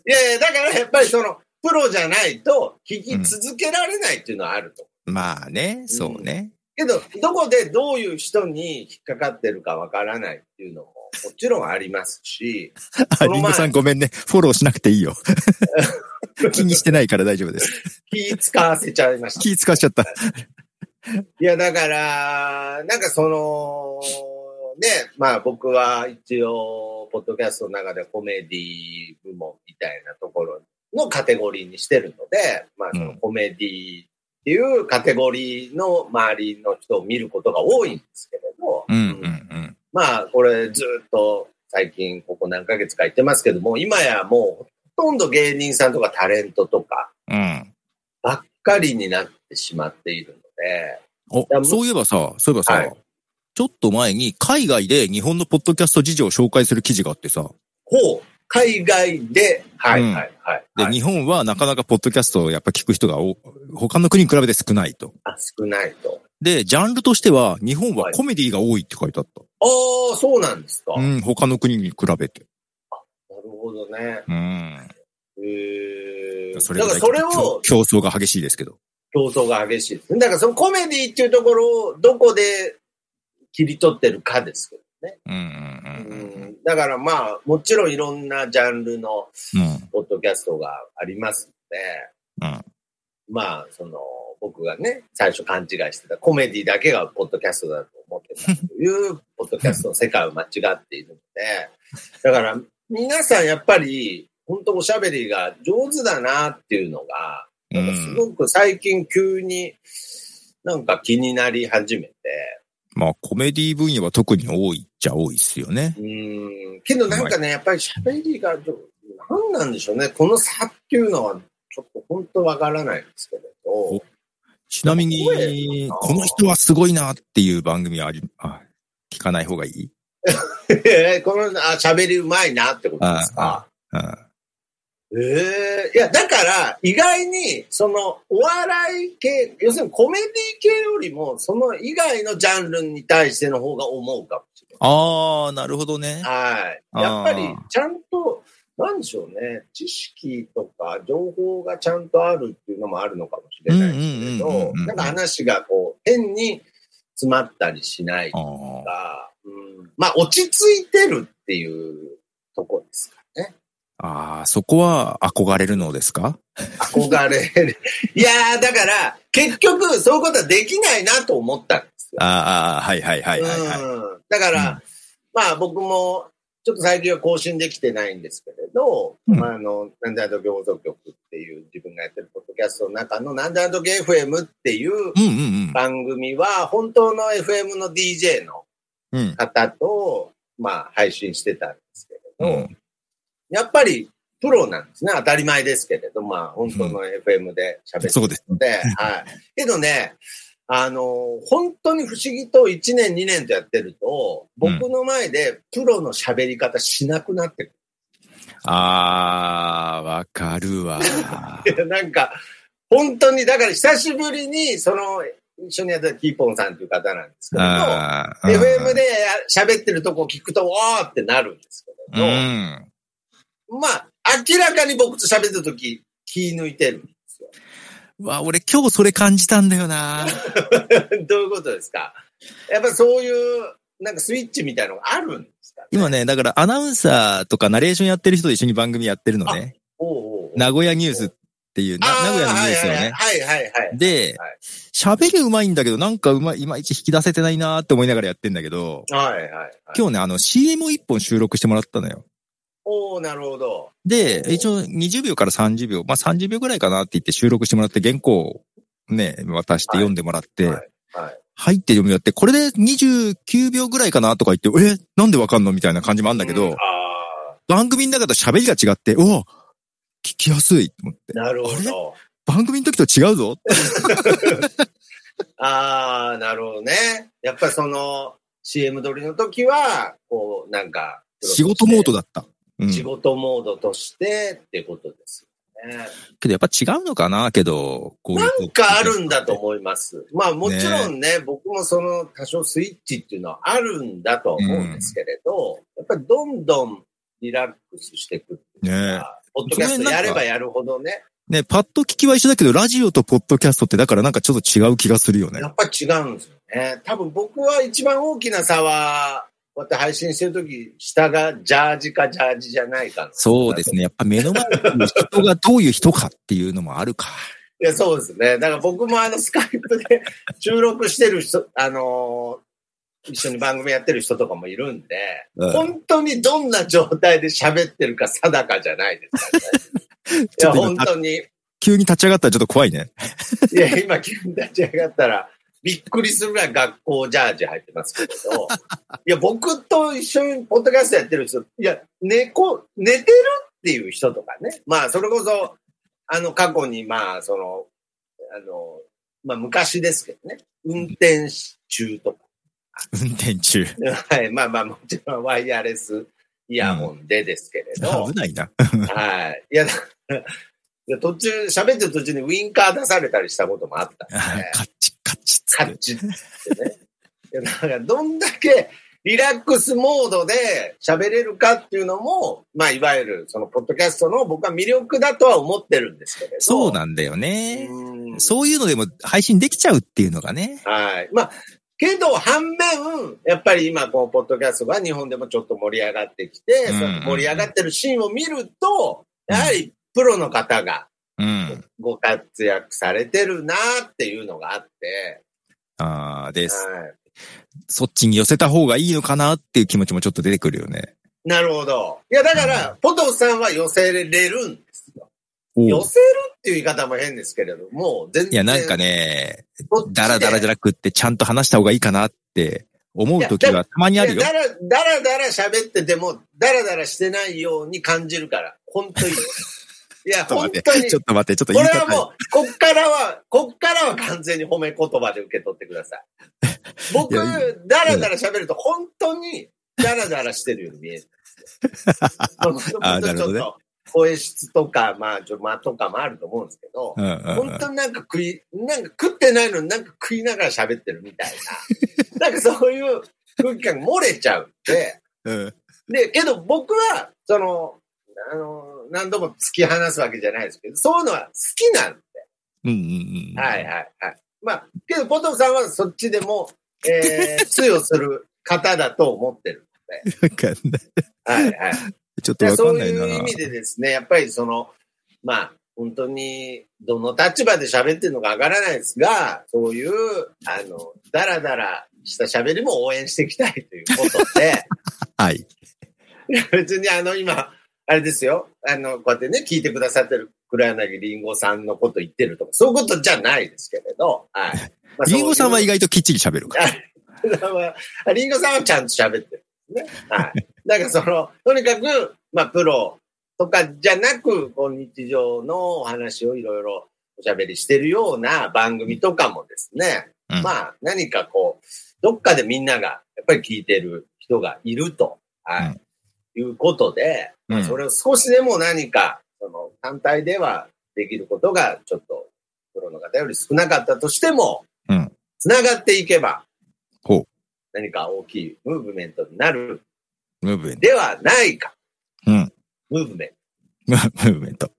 Speaker 1: やいや、だからやっぱりその、プロじゃないと聞き続けられないっていうのはあると。
Speaker 2: まあね、そうね。
Speaker 1: けど、どこでどういう人に引っかかってるかわからないっていうのももちろんありますし、
Speaker 2: あ、リンゴさんごめんね。フォローしなくていい よ。気にしてないから大丈夫 です。
Speaker 1: 気使わせちゃいま した。
Speaker 2: 気使っちゃった。
Speaker 1: いや、だから、なんかその、ね、まあ僕は一応、ポッドキャストの中でコメディ部門みたいなところのカテゴリーにしてるので、まあそのコメディっていうカテゴリーの周りの人を見ることが多いんですけれど、
Speaker 2: うんうん
Speaker 1: まあ、これずっと最近ここ何ヶ月か言ってますけども、今やもうほとんど芸人さんとかタレントとか
Speaker 2: うん。うん。
Speaker 1: ばっかりになってしまっているので、や
Speaker 2: お、
Speaker 1: む
Speaker 2: そういえばさ、そういえばさ、
Speaker 1: はい
Speaker 2: ちょっと前に海外で日本のポッドキャスト事情を紹介する記事があってさ、
Speaker 1: ほう、海外で、はい
Speaker 2: うん
Speaker 1: はいはい。
Speaker 2: で、
Speaker 1: はい
Speaker 2: 日本はなかなかポッドキャストをやっぱ聞く人がお他の国に比べて少ないと。
Speaker 1: あ少ないと。
Speaker 2: で、ジャンルとしては日本はコメディが多いって書いてあった。
Speaker 1: ああ、そうなんですか。
Speaker 2: う
Speaker 1: なる
Speaker 2: ん、他の国に比べて。
Speaker 1: ほどね。
Speaker 2: うん。
Speaker 1: えー、
Speaker 2: それ
Speaker 1: だ
Speaker 2: ぐ
Speaker 1: から
Speaker 2: い
Speaker 1: らそれを
Speaker 2: 競競争が激しいですけど。
Speaker 1: 競争が激しいです。だからそのコメディっていうところをどこで切り取ってるかですけどね。
Speaker 2: うんうん
Speaker 1: う
Speaker 2: うんうん
Speaker 1: ん、だからまあ、もちろんいろんなジャンルの
Speaker 2: うん。
Speaker 1: ポッドキャストがありますの
Speaker 2: う
Speaker 1: で
Speaker 2: ん、
Speaker 1: まあ、その、僕がね、最初勘違いしてたコメディだけがポッドキャストだと思ってたという、ポッドキャストの世界を間違っているの で、だから、皆さんやっぱり、本当おしゃべりが上手だなっていうのが、
Speaker 2: う
Speaker 1: なんかす
Speaker 2: ん。
Speaker 1: ごく最近急になんか気になり始めて、
Speaker 2: まあ、コメディ分野は特に多いっちゃ多いっすよね。
Speaker 1: うん、けどなんかね、やっぱり喋りがど、何なんでしょうね、この差っていうのは、ちょっと本当わからないんですけれ ど、
Speaker 2: ちなみ
Speaker 1: 声
Speaker 2: に、
Speaker 1: が
Speaker 2: この人はすごいなっていう番組はあり、あ、聞かない方がいい
Speaker 1: えーこの、あ、喋りうまいなってことですか。
Speaker 2: うん。
Speaker 1: ええいや、だから、意外に、その、お笑い系、要するにコメディ系よりも、その以外のジャンルに対しての方が思うかもしれ
Speaker 2: ああ、なるほどね。
Speaker 1: ない。はい。やっぱり、ちゃんと、なんでしょうね、知識とか情報がちゃんとあるっていうのもあるのかもしれないけれ
Speaker 2: うんうんうん
Speaker 1: ど
Speaker 2: うんう、ん
Speaker 1: なんか話がこう、変に詰まったりしない
Speaker 2: あ
Speaker 1: と
Speaker 2: ー
Speaker 1: か、うん、まあ、落ち着いてるっていうとこです かね。
Speaker 2: あー、そこは憧れるのですか
Speaker 1: 憧れる。いやー、だから、結局、そういうことはできないなと思ったんですよ。
Speaker 2: あーあー、はいはいはいはい、はい。
Speaker 1: うん、だから、まあ僕も、ちょっと最近は更新できてないんですけれど、
Speaker 2: うん
Speaker 1: まああの、なんであと放送局っていう自分がやってるポッドキャストの中の、なんであと FM っていう
Speaker 2: うんうん
Speaker 1: 番組は、本当の FM の DJ の
Speaker 2: うん。うん。
Speaker 1: 方と、まあ配信してたんですけれど、
Speaker 2: うん
Speaker 1: やっぱりプロなんですね。当たり前ですけれど、まあ、本当の FM で喋って
Speaker 2: そうです
Speaker 1: ので、はい。けどね、あの、本当に不思議と1年2年とやってると、僕の前でプロの喋り方しなくなってく
Speaker 2: ああ、わかる わ。
Speaker 1: る。 なんか、本当に、だから久しぶりに、その、一緒にやってたキーポンさんという方なんですけれど、
Speaker 2: あー
Speaker 1: FM で喋ってるとこ聞くと、わーってなるんですけ
Speaker 2: う
Speaker 1: れど、
Speaker 2: ん。
Speaker 1: まあ、明らかに僕と喋ってるとき、気抜いてるん ですよ。
Speaker 2: わ、俺今日それ感じたんだよな。
Speaker 1: どういうことですかやっぱそういう、なんかスイッチみたいのがあるんですかね
Speaker 2: 今ね、だからアナウンサーとかナレーションやってる人と一緒に番組やってるのね。
Speaker 1: おうおうおう
Speaker 2: 名古屋ニュースっていう、な名古屋のニュースをね。
Speaker 1: はいはいはいはいはいはい。
Speaker 2: で、喋りうまいんだけど、なんかうまい、いまいち引き出せてないなーって思いながらやってんだけど、
Speaker 1: はいはいはい。
Speaker 2: 今日ね、あの CM を一本収録してもらったのよ。
Speaker 1: おおなるほど。
Speaker 2: で、一応20秒から30秒、まあ30秒ぐらいかなって言って収録してもらって原稿をね、渡して読んでもらって、
Speaker 1: はいはい
Speaker 2: 入って読みやって、これで29秒ぐらいかなとか言って、え、なんでわかんのみたいな感じもあるんだけ
Speaker 1: う
Speaker 2: ど、
Speaker 1: んあ
Speaker 2: 番組の中と喋りが違って、おう聞きやすいと思って
Speaker 1: ー。なるほど。
Speaker 2: 番組の時と違うぞ。
Speaker 1: ああー、なるほどね。やっぱりその CM 撮りの時は、こうなんか、
Speaker 2: 仕事モード
Speaker 1: だ。
Speaker 2: だった。うん。
Speaker 1: 仕事モードとしてってことですよね。
Speaker 2: けどやっぱ違うのかなけど、こういう。
Speaker 1: なんかあるんだと思います。まあもちろんね、僕もその多少スイッチっていうのはあるんだとは思うんですけれど、やっぱりどんどんリラックスしていくっていう
Speaker 2: ね
Speaker 1: か、ポッドキャストやればやるほどね、
Speaker 2: ねパッと聞きは一緒だけど、ラジオとポッドキャストってだからなんかちょっと違う気がするよね
Speaker 1: や。っぱ違うんですよね。多分僕は一番大きな差は、こうやって配信してるとき、下がジャージかジャージじゃないかの
Speaker 2: そうですね。やっぱ目の前の人がどういう人かっていうのもあるか。
Speaker 1: いや、そうですね。だから僕もあの、スカイプで 収録してる人、あのー一緒に番組やってる人とかもいるんで、
Speaker 2: うん
Speaker 1: 本当にどんな状態で喋ってるか定かじゃないですからね。い
Speaker 2: ちょ
Speaker 1: や、
Speaker 2: っと今
Speaker 1: 本当に。い
Speaker 2: 急に立ち上がったらちょっと怖いね。
Speaker 1: や、今、急に立ち上がったら、びっくりするぐらい学校ジャージ入ってますけれど、いや、僕と一緒にポッドキャストやってる人、いや、猫、寝てるっていう人とかね。まあ、それこそ、あの、過去に、まあ、その、あの、まあ、昔ですけどね。運転中とか。
Speaker 2: 運転中。
Speaker 1: はい。まあまあ、もちろんワイヤレスイヤホンでですけれど。
Speaker 2: 危ないな。
Speaker 1: はい。いや、だいや途中、喋ってる途中にウインカー出されたりしたことも あったんで。
Speaker 2: カッチカッチっつ
Speaker 1: カ
Speaker 2: っ
Speaker 1: ッ
Speaker 2: て。
Speaker 1: チッってね。いや、だから、どんだけリラックスモードで喋れるかっていうのも、まあ、いわゆる、その、ポッドキャストの僕は魅力だとは思ってるんですけれど。
Speaker 2: そうなんだよね。
Speaker 1: うん
Speaker 2: そういうのでも配信できちゃうっていうのがね。
Speaker 1: はい。まあ、けど、反面、やっぱり今、こう、ポッドキャストが日本でもちょっと盛り上がってきて、
Speaker 2: うん
Speaker 1: その盛り上がってるシーンを見ると、やはり、プロの方が
Speaker 2: うん。
Speaker 1: ご活躍されてるなっていうのがあって、
Speaker 2: ああ、
Speaker 1: は
Speaker 2: で、
Speaker 1: い。
Speaker 2: そっちに寄せた方がいいのかなっていう気持ちもちょっと出てくるよね。
Speaker 1: なるほど。いや、だから、ポトフさんは寄せれるんですよ。
Speaker 2: おう
Speaker 1: 寄せるっていう言い方も変ですけれども、全然。
Speaker 2: いや、なんか、ね、
Speaker 1: こっちで、
Speaker 2: ダラダラじゃなくってちゃんと話した方がいいかなって思う時
Speaker 1: い
Speaker 2: はたまにある
Speaker 1: い
Speaker 2: よ
Speaker 1: や。だら、だらだら喋ってても、だらだらしてないように感じるから。本当に。 いや、
Speaker 2: ちょっと
Speaker 1: 本
Speaker 2: 待っ
Speaker 1: 当
Speaker 2: て、
Speaker 1: に
Speaker 2: ちょ。っと待って、ちょっと
Speaker 1: こ
Speaker 2: 言
Speaker 1: れ
Speaker 2: い
Speaker 1: は
Speaker 2: 方。
Speaker 1: もう、こっからは、こっからは完全に褒め言葉で受け取ってくだ さい。僕、
Speaker 2: い
Speaker 1: だ
Speaker 2: やい
Speaker 1: らだら喋ると、本当に、だらだらしてるように見える。 本
Speaker 2: あ
Speaker 1: 当
Speaker 2: ー
Speaker 1: に
Speaker 2: なる
Speaker 1: ち
Speaker 2: ほ
Speaker 1: ょ
Speaker 2: ど
Speaker 1: っ
Speaker 2: ね
Speaker 1: と、声質とか、まあ、ちょ間とかもあると思うんですけど、
Speaker 2: うんうんうん
Speaker 1: 本当になんか食い、なんか食ってないのになんか食いながら喋ってるみたいな。 なんかそういう空気感が漏れちゃうんで。
Speaker 2: うん
Speaker 1: で、けど僕は、その、あの、何度も突き放すわけじゃないですけど、そういうのは好きなん
Speaker 2: うんうんうん。
Speaker 1: はいはいはい。まあ、けど、ポトフさんはそっちでも、え ー、通用する方だと思ってる。
Speaker 2: なんかね
Speaker 1: はいはい。
Speaker 2: ちょっと
Speaker 1: で
Speaker 2: わか
Speaker 1: そ
Speaker 2: ん
Speaker 1: う
Speaker 2: ないな。
Speaker 1: いう意味でですね、やっぱりその、まあ、本当に、どの立場で喋ってるのかわからないですが、そういう、あの、だらだらした喋りも応援していきたいということで、
Speaker 2: はい。
Speaker 1: 別にあの、今、あれですよ、あの、こうやってね、聞いてくださってる黒柳りんごさんのこと言ってるとか、そういうことじゃないですけれど、 はい。まあ
Speaker 2: リンゴさん
Speaker 1: そ
Speaker 2: は
Speaker 1: ういう
Speaker 2: 意外ときっちり喋るから。
Speaker 1: リンゴさんはちゃんと喋ってるんですね。はい。だからその、 とにかく、まあ、プロとかじゃなく、こう日常のお話をいろいろおしゃべりしてるような番組とかもですね、
Speaker 2: うん
Speaker 1: まあ、何かこう、どっかでみんなが、やっぱり聞いてる人がいると、はい。
Speaker 2: うん
Speaker 1: いうことで、まあ
Speaker 2: うん
Speaker 1: それを少しでも何か、その、単体ではできることが、ちょっと、プロの方より少なかったとしても、
Speaker 2: うん
Speaker 1: つながっていけば、
Speaker 2: ほう
Speaker 1: 何か大きいムーブメントになる
Speaker 2: ムーブメント。
Speaker 1: ではないか。
Speaker 2: うん
Speaker 1: ムーブメント。
Speaker 2: ムーブメント。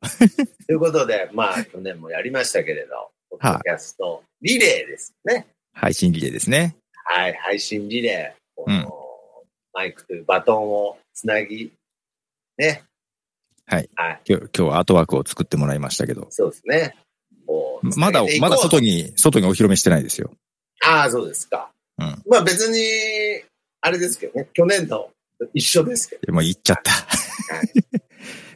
Speaker 1: ということで、まあ、去年もやりましたけれど、ポッドキャストリレーですね。
Speaker 2: 配信リレーですね。
Speaker 1: はい、配信リレー。こ
Speaker 2: う
Speaker 1: の
Speaker 2: ん
Speaker 1: マイクというバトンをつなぎ、ね。
Speaker 2: はい。
Speaker 1: はい、
Speaker 2: 今日、今日はアートワークを作ってもらいましたけど。
Speaker 1: そうですね。こう
Speaker 2: まだ
Speaker 1: つなげて、いこう
Speaker 2: まだ外に、外にお披露目してないですよ。
Speaker 1: ああ、そうですか。
Speaker 2: うん
Speaker 1: まあ別に、あれですけどね、去年と一緒ですけど。
Speaker 2: でもう行っちゃった。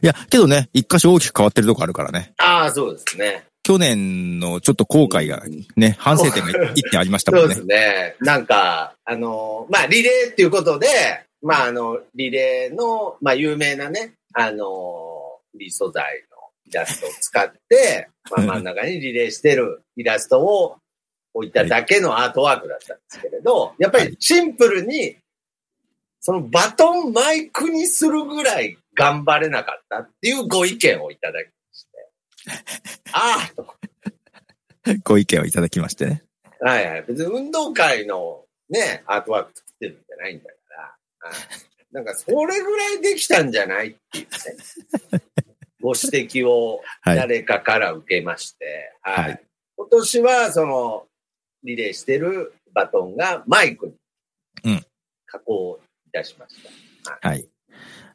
Speaker 2: いや、けどね、一箇所大きく変わってるとこあるからね。
Speaker 1: ああ、そうですね。
Speaker 2: 去年のちょっと後悔がね、反省点が一点ありました
Speaker 1: そ
Speaker 2: も
Speaker 1: うんで
Speaker 2: ね
Speaker 1: す。ね。なんか、あの、まあ、リレーっていうことで、まあ、あの、リレーの、まあ、有名なね、あの、リ素材のイラストを使って、 まあ、真ん中にリレーしてるイラストを置いただけのアートワークだったんですけれど、やっぱりシンプルに、そのバトンマイクにするぐらい頑張れなかったっていうご意見をいただきま して、ああ、と
Speaker 2: ご意見をいただきましてね。
Speaker 1: はいはい。別に運動会のね、アートワーク作ってるんじゃないんだから。はい、なんか、それぐらいできたんじゃないっていうね。 ご指摘を
Speaker 2: はい。
Speaker 1: 誰かから受けまして、はい。
Speaker 2: はい
Speaker 1: 今年は、その、リレーしてるバトンがマイク
Speaker 2: う
Speaker 1: に
Speaker 2: ん
Speaker 1: 加工いたしました。
Speaker 2: はい。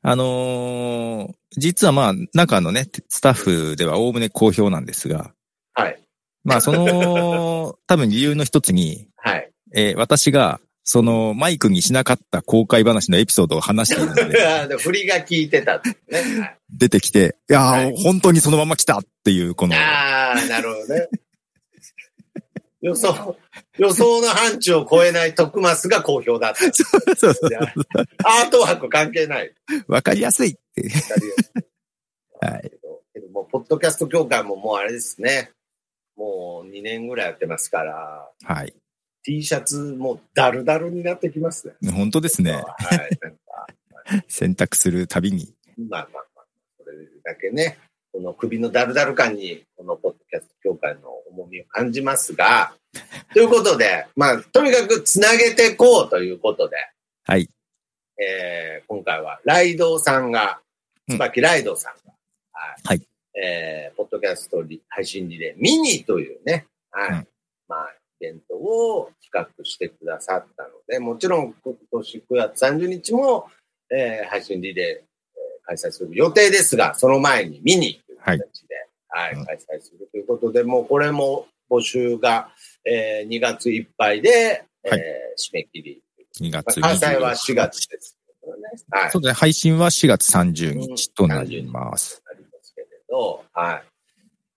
Speaker 2: あのー実はまあ、中のね、スタッフではおおむね好評なんですが、
Speaker 1: はい。
Speaker 2: まあ、その、多分理由の一つに、
Speaker 1: はい。
Speaker 2: えー私が、その、マイクにしなかった公開話のエピソードを話している ので、
Speaker 1: あの振りが効いてたっていうね。はい
Speaker 2: 出てきて、いやー、
Speaker 1: はい
Speaker 2: 本当にそのまま来たっていう、この、
Speaker 1: ああ、なるほどね。 予想、予想の範疇を超えない徳マスが好評だった。
Speaker 2: そうそう、
Speaker 1: アートワーク関係ない。
Speaker 2: わかりやすいって。はい。
Speaker 1: けどけどもう、ポッドキャスト協会ももうあれですね。もう2年ぐらいやってますから、
Speaker 2: はい。
Speaker 1: T シャツもうダルダルになってきますね。
Speaker 2: 本当ですね。
Speaker 1: はい。なんか
Speaker 2: 選択するたびに。
Speaker 1: まあまあまあ、それだけね、この首のダルダル感に、このポッドキャスト協会の重みを感じ ますが、ということで、まあ、とにかくつなげていこうということで、
Speaker 2: はい。
Speaker 1: えー、今回はライドウさんが、
Speaker 2: うん
Speaker 1: 椿ライドウさんが、
Speaker 2: はい。
Speaker 1: えー、ポッドキャストリ配信リレーミニというね、はい。
Speaker 2: うん
Speaker 1: まあ、イベントを企画してくださったので、もちろん今年9月30日も、えー、配信リレー、えー開催する予定ですが、その前にミニという形で、はい、
Speaker 2: うん
Speaker 1: 開催するということで、もうこれも募集が、えー、2月いっぱいで、
Speaker 2: はい
Speaker 1: えー締め切り
Speaker 2: 2月
Speaker 1: 関西
Speaker 2: 20
Speaker 1: は4月ですけどね。はい。
Speaker 2: そうですね。配信は4月30日となります。
Speaker 1: ありますけれど、はい。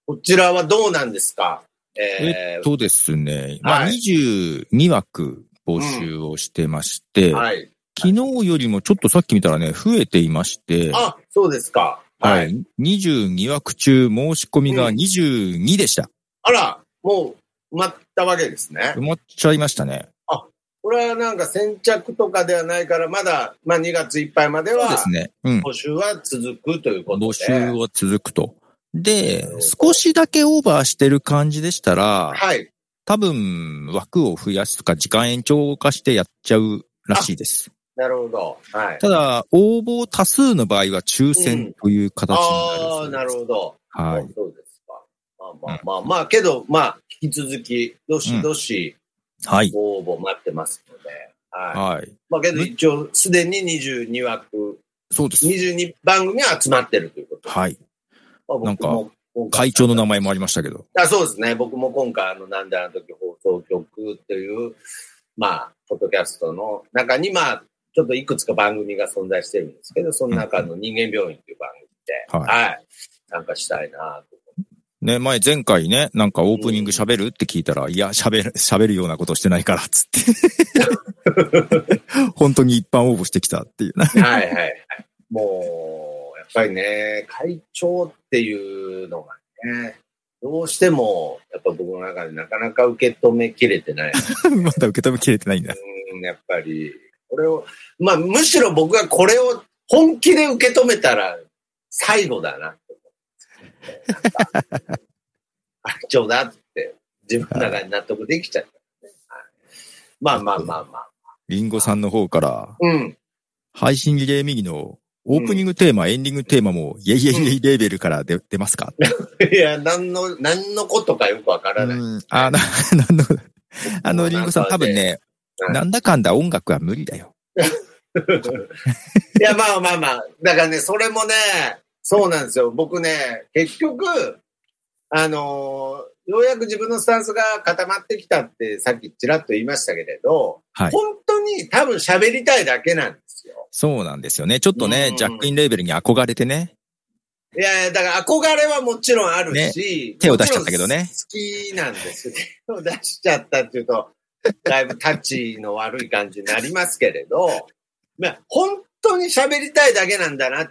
Speaker 1: こちらはどうなんですかえ
Speaker 2: そうですね。まあ、
Speaker 1: はい
Speaker 2: 22枠募集をしてまして、
Speaker 1: ー、はい。
Speaker 2: 昨日よりもちょっとさっき見たらね、増えていまして、
Speaker 1: あ、そうですか。は。
Speaker 2: はいい。22枠中申し込みが
Speaker 1: うん
Speaker 2: 22でした。
Speaker 1: あら、もう埋まったわけですね
Speaker 2: 埋。まっちゃいましたね。
Speaker 1: これはなんか先着とかではないから、まだ、まあ2月いっぱいまで
Speaker 2: そう
Speaker 1: は
Speaker 2: で、すね。うん。
Speaker 1: 募集は続くということで。
Speaker 2: 募集は続くと。で
Speaker 1: なるほ、ど
Speaker 2: 少しだけオーバーしてる感じでしたら、
Speaker 1: はい。
Speaker 2: 多分枠を増やすとか時間延長化してやっちゃうらしいです。
Speaker 1: なるほど。はい。
Speaker 2: ただ、応募多数の場合は抽
Speaker 1: うん
Speaker 2: 選という形に
Speaker 1: ああ、
Speaker 2: な
Speaker 1: なる
Speaker 2: るそ
Speaker 1: ほ
Speaker 2: うです。
Speaker 1: ど。
Speaker 2: はい。
Speaker 1: そうですか。まあまあまあ、まあ、けど、まあ、引き続き、どしどし、
Speaker 2: はい。
Speaker 1: ご応募待ってますので、はい。
Speaker 2: はい。
Speaker 1: まあけど一応、すでに22枠、
Speaker 2: そうです。
Speaker 1: 22番組は集まってるということ。
Speaker 2: はい。
Speaker 1: まあ、僕も今回
Speaker 2: 会長の名前もありましたけど。
Speaker 1: あ。そうですね。僕も今回、あの、なんであの時放送局っていう、まあ、ポッドキャストの中に、まあ、ちょっといくつか番組が存在してるんですけど、その中の人間病院という番組で、
Speaker 2: はい
Speaker 1: はい、参加したいなと。
Speaker 2: ね、前、前回ね、なんかオープニング喋るって聞いたら、いや、喋る、喋るようなことしてないから、つって。本当に一般応募してきたっていう。
Speaker 1: はいはいはい。もう、やっぱりね、会長っていうのがね、どうしても、やっぱ僕の中でなかなか受け止めきれてない。
Speaker 2: まだ受け止めきれてないんだ。
Speaker 1: うん、やっぱり、これを、まあ、むしろ僕はこれを本気で受け止めたら、最後だな って思うんですよね。なんか会長だって、自分の中に納得できちゃった、ねはいまあまあまあまあ。
Speaker 2: リンゴさんの方から、
Speaker 1: うん。
Speaker 2: 配信リレー右のオープニングテーマ、エンディングテーマも、イェイイェイイェイレーベルから出出ますか、
Speaker 1: いや、何の、何のことかよくわからない。
Speaker 2: うん、あ、な、 なんの、あの、リンゴさん多分ね、
Speaker 1: はい
Speaker 2: なんだかんだ音楽は無理だよ。
Speaker 1: いや、まあまあまあ。だからね、それもね、そうなんですよ。僕ね、結局、あのーようやく自分のスタンスが固まってきたって、さっきちらっと言いましたけれど、
Speaker 2: はい
Speaker 1: 本当に多分喋りたいだけなんですよ。
Speaker 2: そうなんですよね。ちょっとね
Speaker 1: う、ん
Speaker 2: ジャックインレーベルに憧れてね。
Speaker 1: いやいや、だから憧れはもちろんあるし、
Speaker 2: 手を出しちゃったけどね
Speaker 1: もちろん好きなんですけど、 手を出しちゃったっていうと、だいぶタッチの悪い感じになりますけれど、まあ、本当に喋りたいだけなんだなっ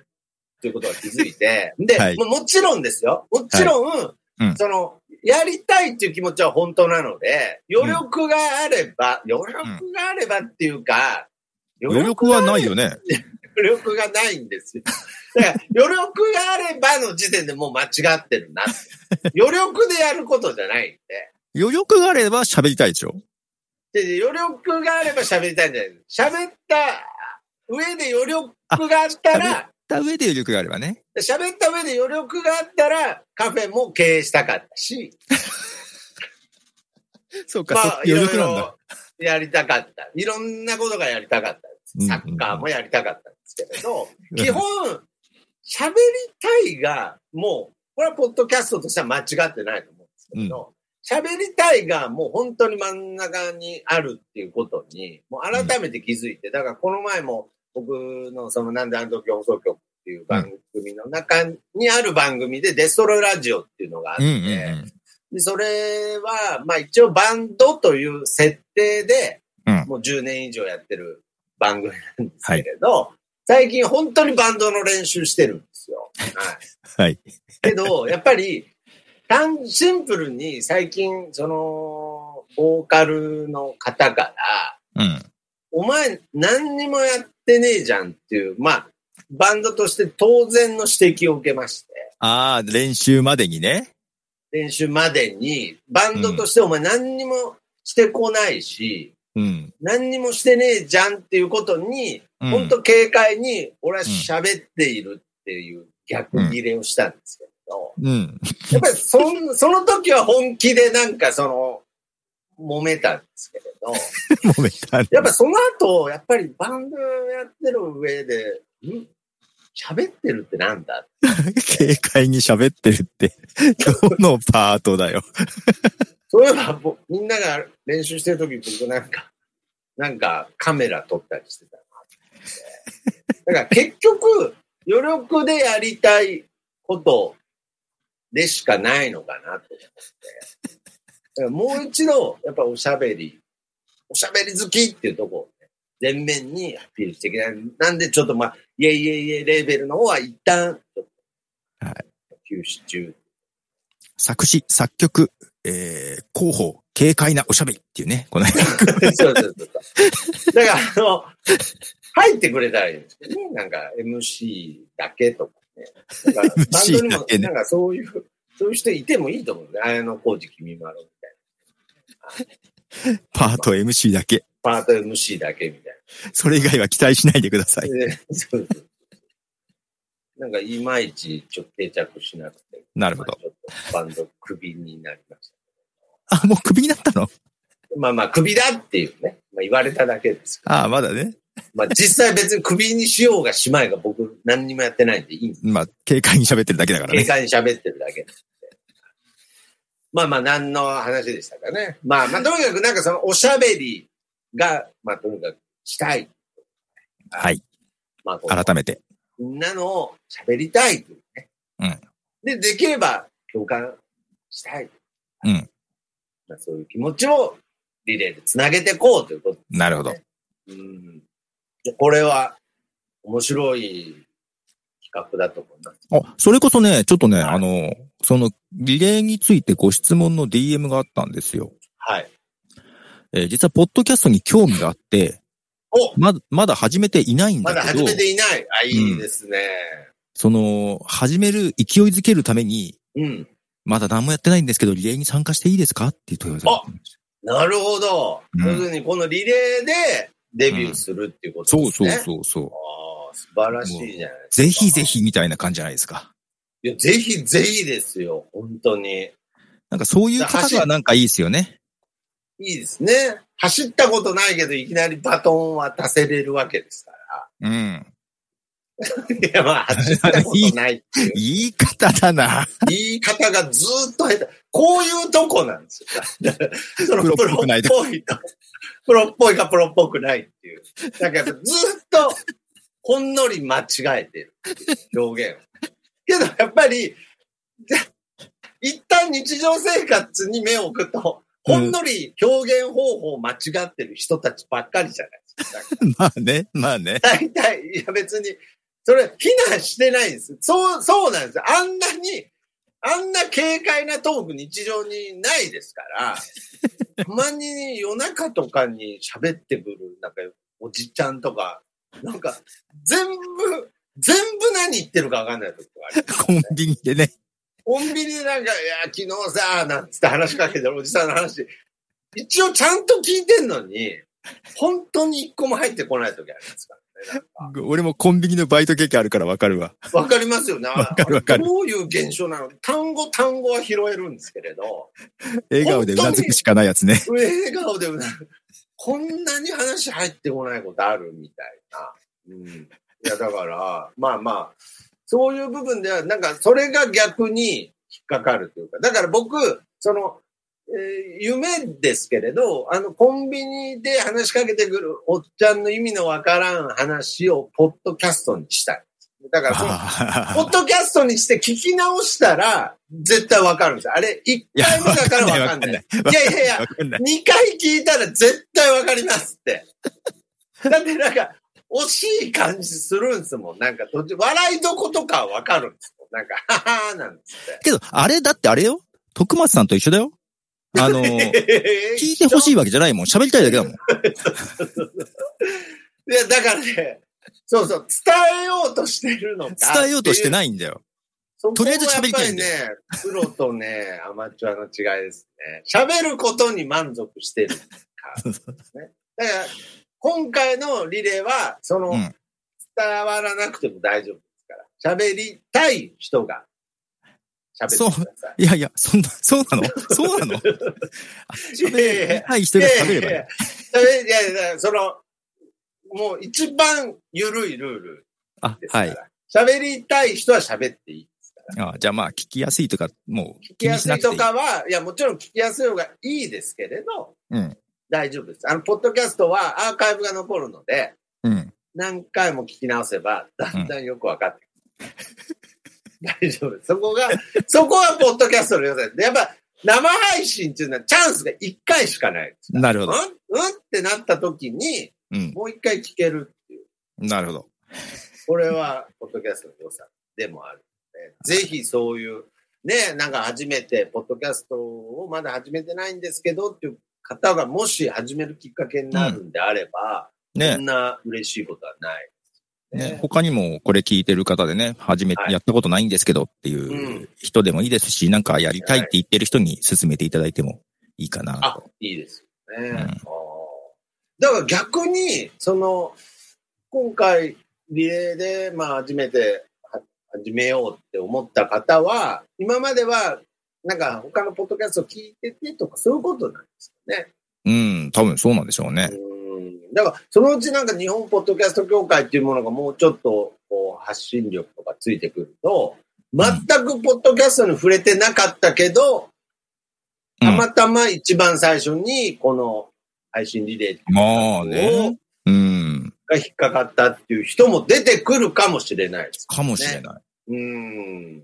Speaker 1: ていうことが気づいて、で、
Speaker 2: はい
Speaker 1: もうもちろんですよ。もちろん、
Speaker 2: うん
Speaker 1: その、やりたいっていう気持ちは本当なので、余力があれば、余力があればっていうか、
Speaker 2: 余力はないよね。
Speaker 1: 余力がないんですよ。だから余力があればの時点でもう間違ってるなって。余力でやることじゃないんで。
Speaker 2: 余力があれば喋りたいでしょ
Speaker 1: で余力があれば喋りたいんじゃない喋った上で余力があったら、
Speaker 2: た上で余力があればね。
Speaker 1: 喋った上で余力があったら、カフェも経営したかったし、
Speaker 2: そうか、
Speaker 1: ま
Speaker 2: そ
Speaker 1: あ
Speaker 2: っ、ち
Speaker 1: いろ
Speaker 2: 余
Speaker 1: い
Speaker 2: 力なんだ。
Speaker 1: ろやりたかった。いろんなことがやりたかったんです。サッカーもやりたかったんですけれど、基本、喋りたいが、もう、これはポッドキャストとしては間違ってないと思うんですけど、喋、りたいがもう本当に真ん中にあるっていうことに、もう改めて気づいて、だからこの前も僕のそのなんであの時放送局っていう番組の中にある番組でデストロイラジオっていうのがあっ
Speaker 2: う
Speaker 1: て、
Speaker 2: んうんうん。
Speaker 1: でそれは、まあ一応バンドという設定で、
Speaker 2: うん
Speaker 1: もう10年以上やってる番組なんですけれど、最近本当にバンドの練習してるんですよ。はい。
Speaker 2: はい。
Speaker 1: けど、やっぱり、単、シンプルに最近、その、ボーカルの方から、
Speaker 2: うん。
Speaker 1: お前何にもやってねえじゃんっていう、まあ、バンドとして当然の指摘を受けまして、
Speaker 2: ああ、練習までにね。
Speaker 1: 練習までに、バンドとしてお前何にもしてこないし、
Speaker 2: うん。
Speaker 1: 何にもしてねえじゃんっていうことに、
Speaker 2: うん
Speaker 1: 本当軽快に、俺は喋っているっていう逆切れをしたんですけど、
Speaker 2: うん。
Speaker 1: やっぱりそん、 その時は本気でなんかその、揉めたんですけれど、
Speaker 2: 揉めたね。
Speaker 1: やっぱその後、やっぱりバンドやってる上で、ん喋ってるってなんだ
Speaker 2: 軽快に喋ってる って、どのパートだよ。
Speaker 1: そういえば、ぼみんなが練習してる時僕なんか、なんかカメラ撮ったりしてたなって。だから結局、余力でやりたいことでしかないのかなと思って。だからもう一度、やっぱおしゃべり、おしゃべり好きっていうところをね、全面にアピールしていけない。なんでちょっとまあ、いえいえいえレーベルの方は一旦、ちょっと
Speaker 2: はい
Speaker 1: 休止中。
Speaker 2: 作詞、作曲、えー、広報、軽快なおしゃべりっていうね、この 辺。
Speaker 1: そうそうそうそう。だから、あの、入ってくれたらいいんですけどね。なんか MC だけとかね。だか らバンド
Speaker 2: MC
Speaker 1: に
Speaker 2: だ
Speaker 1: も
Speaker 2: け、ね
Speaker 1: なんかそういう、そういう人いてもいいと思うね。綾小路君まろみたい
Speaker 2: パート MC だけ。
Speaker 1: な。パート MC だけみたい
Speaker 2: それ以外は期待しないでください。
Speaker 1: な。でそうそうなんかいまいちちょっと定着しなくて。
Speaker 2: なるほど
Speaker 1: まあ。ちょっとバンドクビになりまし
Speaker 2: あ、もうクビになったの
Speaker 1: た。まあまあクビだっていうね。まあ言われただけですけど。
Speaker 2: ああ、まだね。
Speaker 1: まあ実際別にクビにしようがしまいが僕何にもやってないんでいいんです
Speaker 2: まあ、軽快に喋ってるだけだから
Speaker 1: 軽
Speaker 2: ね。
Speaker 1: 快に喋ってるだけなんで。まあまあ、何の話でしたかね。まあまあ、とにかくなんかそのおしゃべりが、まあとにかくしたい。
Speaker 2: はい。
Speaker 1: まあ、この
Speaker 2: 改めて。
Speaker 1: みんなの喋りたいというね。
Speaker 2: うん
Speaker 1: で、できれば共感したい。
Speaker 2: うん
Speaker 1: まあ、そういう気持ちをリレーでつなげていこうということ。
Speaker 2: なるほど。
Speaker 1: うん。でこれは面白い企画だと思います。
Speaker 2: あ、それこそね、ちょっとね、
Speaker 1: はい
Speaker 2: あの、その、リレーについてご質問の DM があったんですよ。
Speaker 1: はい。
Speaker 2: えー実は、ポッドキャストに興味があって、
Speaker 1: お
Speaker 2: まだ、まだ始めていないん
Speaker 1: ま
Speaker 2: だ
Speaker 1: だ
Speaker 2: けど、
Speaker 1: 始めていない。あ、いいですね。
Speaker 2: その、始める、勢いづけるために、
Speaker 1: うん
Speaker 2: まだ何もやってないんですけど、リレーに参加していいですかっていう問い合わせがあったんですよ。
Speaker 1: なるほど。
Speaker 2: うん
Speaker 1: 要するに、このリレーでデビューするっていうこと
Speaker 2: そ
Speaker 1: で
Speaker 2: う
Speaker 1: す
Speaker 2: そう
Speaker 1: ね。う。
Speaker 2: そうそう。
Speaker 1: ああ、素晴らしいじゃないですか。
Speaker 2: ぜひぜ。ひみたいな感じじゃないですか。
Speaker 1: いや、ぜひぜひですよ。本当に。
Speaker 2: なんかそういう方がなんかいいですよね。
Speaker 1: いいですね。走ったことないけど、いきなりバトンは出せれるわけですか
Speaker 2: うん。
Speaker 1: ら。いや、まあ、走ったことないっていう。
Speaker 2: 言い方だな。
Speaker 1: 言い方がずーっと下手。こういうとこなんです よ。そのプロ
Speaker 2: プロ
Speaker 1: っ
Speaker 2: っぽくないと
Speaker 1: ぽいと、プロっぽいかプロっぽくないっていう。なんかやっぱずーっとほんのり間違えてるっていう表現を。けどやっぱり、一旦日常生活に目を置くと、ほんのり表現方法を間違ってる人たちばっかりじゃないですか。
Speaker 2: まあね、まあね。
Speaker 1: 大体、いや別に、それ、非難してないんです。そう、そうなんです。あんなに、あんな軽快なトーク日常にないですから、たまに夜中とかに喋ってくる、なんか、おじちゃんとか、なんか、全部、全部何言ってるかわかんない時とかあります
Speaker 2: コンビニでね。
Speaker 1: コンビニでなんか、いや、昨日さ、なんつって話しかけてるおじさんの話、一応ちゃんと聞いてんのに、本当に一個も入ってこない時ありますからね。なんか
Speaker 2: 俺もコンビニのバイト経験あるからわかるわ。
Speaker 1: わかりますよね。
Speaker 2: わかるわかる
Speaker 1: どういう現象なの単語単語は拾えるんですけれど、
Speaker 2: 笑顔でうなずくしかないやつね。
Speaker 1: 笑顔でうなこんなに話入ってこないことあるみたいな。うん。いや、だから、まあまあ、そういう部分では、なんか、それが逆に引っかかるというか、だから僕、その、えー夢ですけれど、あの、コンビニで話しかけてくるおっちゃんの意味のわからん話を、ポッドキャストにしたい。だからその、ポッドキャストにして聞き直したら、絶対わかるんですよ。あれ、1
Speaker 2: いや、
Speaker 1: 回目
Speaker 2: わ
Speaker 1: だか
Speaker 2: からんない
Speaker 1: わ
Speaker 2: わ
Speaker 1: か
Speaker 2: か
Speaker 1: ん
Speaker 2: ん
Speaker 1: ない。
Speaker 2: ない。
Speaker 1: いやいやいや
Speaker 2: わ、かんない。
Speaker 1: 2回聞いたら絶対わかりますって。 だってなんか、惜しい感じするんですもん。なんか途中、笑いどことかはわかるんですよ。なんか、ははーなんですって。
Speaker 2: けど、あれだってあれよ。徳松さんと一緒だよ。あの、 聞いてほしいわけじゃないもん。喋りたいだけだもん。
Speaker 1: いや、だからね、そうそう、伝えようとしてるのか。
Speaker 2: 伝えようとして
Speaker 1: い。
Speaker 2: ないんだよ。
Speaker 1: と
Speaker 2: と
Speaker 1: り
Speaker 2: り
Speaker 1: あえ
Speaker 2: あえ
Speaker 1: ず喋
Speaker 2: ず喋
Speaker 1: り
Speaker 2: り
Speaker 1: た
Speaker 2: た
Speaker 1: い
Speaker 2: い
Speaker 1: ん
Speaker 2: ん
Speaker 1: で
Speaker 2: だ
Speaker 1: ね
Speaker 2: よ、
Speaker 1: プロとね、 アマチュアの違いですね。喋ることに満足してるからですね。だから、今回のリレーは、その、
Speaker 2: うん
Speaker 1: 伝わらなくても大丈夫ですから。喋りたい人が、喋ってください。
Speaker 2: いやいや、そんな、そうなのそ うなの
Speaker 1: いやいやいや
Speaker 2: 見たい人が食べればい
Speaker 1: い
Speaker 2: い。
Speaker 1: やいや喋りいやいやその、もう一番緩いルール
Speaker 2: あ
Speaker 1: で、すか
Speaker 2: は
Speaker 1: ら。
Speaker 2: い。
Speaker 1: 喋りたい人は喋っていい。
Speaker 2: あじゃあまあ、聞きやすいとか、もう
Speaker 1: 聞き
Speaker 2: 気
Speaker 1: や
Speaker 2: に
Speaker 1: す
Speaker 2: しないくてい
Speaker 1: と
Speaker 2: い。
Speaker 1: かは、いや、もちろん聞きやすい方がいいですけれど、
Speaker 2: うん
Speaker 1: 大丈夫です。あの、ポッドキャストはアーカイブが残るので、
Speaker 2: うん。
Speaker 1: 何回も聞き直せば、だんだんよく分かってくる。 大丈夫です。そこが、そこはポッドキャストの良さです。やっぱ、生配信っていうのはチャンスが1回しかないです。
Speaker 2: なるほ
Speaker 1: うん
Speaker 2: ど。
Speaker 1: うんってなった時に、
Speaker 2: うん。
Speaker 1: もう1回聞ける。
Speaker 2: なるほど。
Speaker 1: これは、ポッドキャストの良さでもあるので、ぜひそういう、ね、なんか初めて、ポッドキャストをまだ始めてないんですけどっていう方が、もし始めるきっかけになるんであれば、
Speaker 2: ね
Speaker 1: こんな嬉しいことはない。
Speaker 2: ね、他にもこれ聞いてる方でね、初めて
Speaker 1: はい
Speaker 2: やったことないんですけどって
Speaker 1: う
Speaker 2: いうん人でもいいですし、なんかやりたいって言ってる人に勧めていただいてもいいかな
Speaker 1: あ
Speaker 2: と。、
Speaker 1: いいですよね。
Speaker 2: ん
Speaker 1: あーだから逆に、その、今回、リレーで、まあ、初めては始めようって思った方は、今までは、なんか他のポッドキャストを聞いててとか、そういうことなんですよね。
Speaker 2: うん、多分そうなんでしょうね。
Speaker 1: うん。だから、そのうちなんか日本ポッドキャスト協会っていうものがもうちょっと、こう、発信力とかついてくると、全くポッドキャストに触れてなかったけど、
Speaker 2: うん
Speaker 1: たまたま一番最初に、この配信リレー
Speaker 2: まあね。うん。
Speaker 1: が引っかかったっていう人も出てくるかもしれないです。
Speaker 2: かもしれない。
Speaker 1: うん。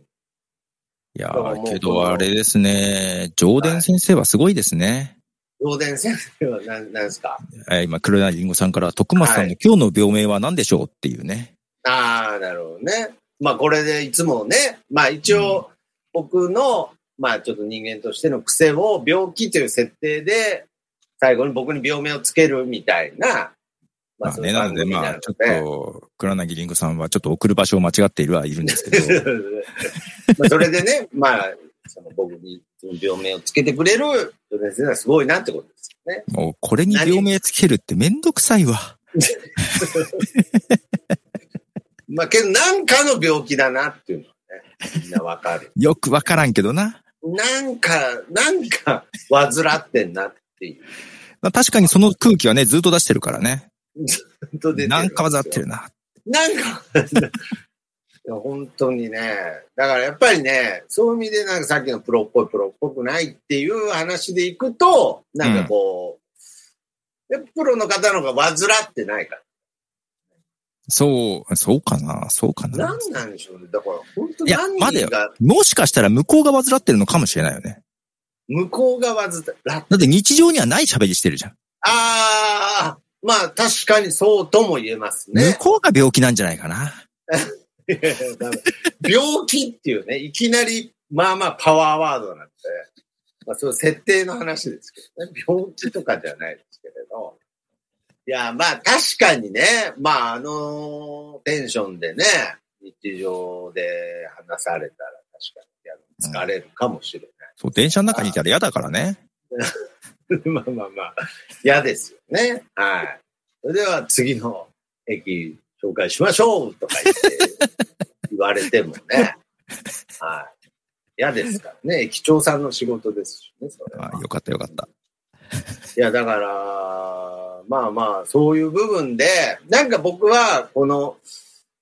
Speaker 2: いや
Speaker 1: だからも
Speaker 2: ー、
Speaker 1: う
Speaker 2: け
Speaker 1: こ
Speaker 2: ど
Speaker 1: の
Speaker 2: あれですね、上田先生はすごいですね。
Speaker 1: ローデン先生は何ですか
Speaker 2: えー今、黒柳りんごさんから、徳松さん
Speaker 1: は
Speaker 2: の今日の病名は何でしょうっていうね。
Speaker 1: ああ、なるほどね。まあこれでいつもね、まあ一応僕の、まあちょっと人間としての癖を病気という設定で、最後に僕に病名をつけるみたいな、
Speaker 2: まあ
Speaker 1: そうい
Speaker 2: ね、
Speaker 1: う
Speaker 2: な
Speaker 1: 番
Speaker 2: ので
Speaker 1: 組
Speaker 2: ま
Speaker 1: な
Speaker 2: あ、
Speaker 1: の
Speaker 2: ちょっと、黒柳りんごさんはちょっと送る場所を間違っているはいるんですけ ど、
Speaker 1: まあそれでね、まあ、その僕に病名をつけてくれる米津先生はすごいなってことですよね。
Speaker 2: もうこれに病名つけるってめんどくさいわ。
Speaker 1: まあ、けど、なんかの病気だなっていうのはね、みんなわか る。
Speaker 2: よくわからんけどな。
Speaker 1: なんか、なんか、患ってんなっていう。
Speaker 2: まあ、確かにその空気はね、ずっと出してるからね。
Speaker 1: 本当出てる
Speaker 2: なんかわざってるな。
Speaker 1: なんか、いや本当にね。だからやっぱりね、そういう意味でなんかさっきのプロっぽい、プロっぽくないっていう話でいくと、なんかこう、やっぱプロの方の方が煩ってないから。
Speaker 2: そう、そうかな、そうかな。
Speaker 1: 何なんでしょうね。だから本当
Speaker 2: いや
Speaker 1: 何
Speaker 2: まだよ
Speaker 1: が
Speaker 2: もしかしたら向こうが患ってるのかもしれないよね。
Speaker 1: 向こうが煩ら、
Speaker 2: だって日常にはない喋りしてるじゃん。
Speaker 1: ああ、まあ確かにそうとも言えますね
Speaker 2: 向。こうが病気なんじゃないかな。
Speaker 1: いやいやだから病気っていうね、いきなり、まあまあパワーワードなんで、まあそういう設定の話ですけどね、病気とかではないですけれど。いや、まあ確かにね、まああのテンションでね、日常で話されたら確かにいや疲れるかもしれ
Speaker 2: そう、電車の中にいたら嫌だからね。
Speaker 1: ない。 まあまあまあ、嫌ですよね。はい。それでは次の駅紹介しましょうとか言って、言われてもね。はい。嫌ですからね。駅長さんの仕事ですしね、それは
Speaker 2: あよかったよかった。
Speaker 1: いや、だから、まあまあ、そういう部分で、なんか僕は、この、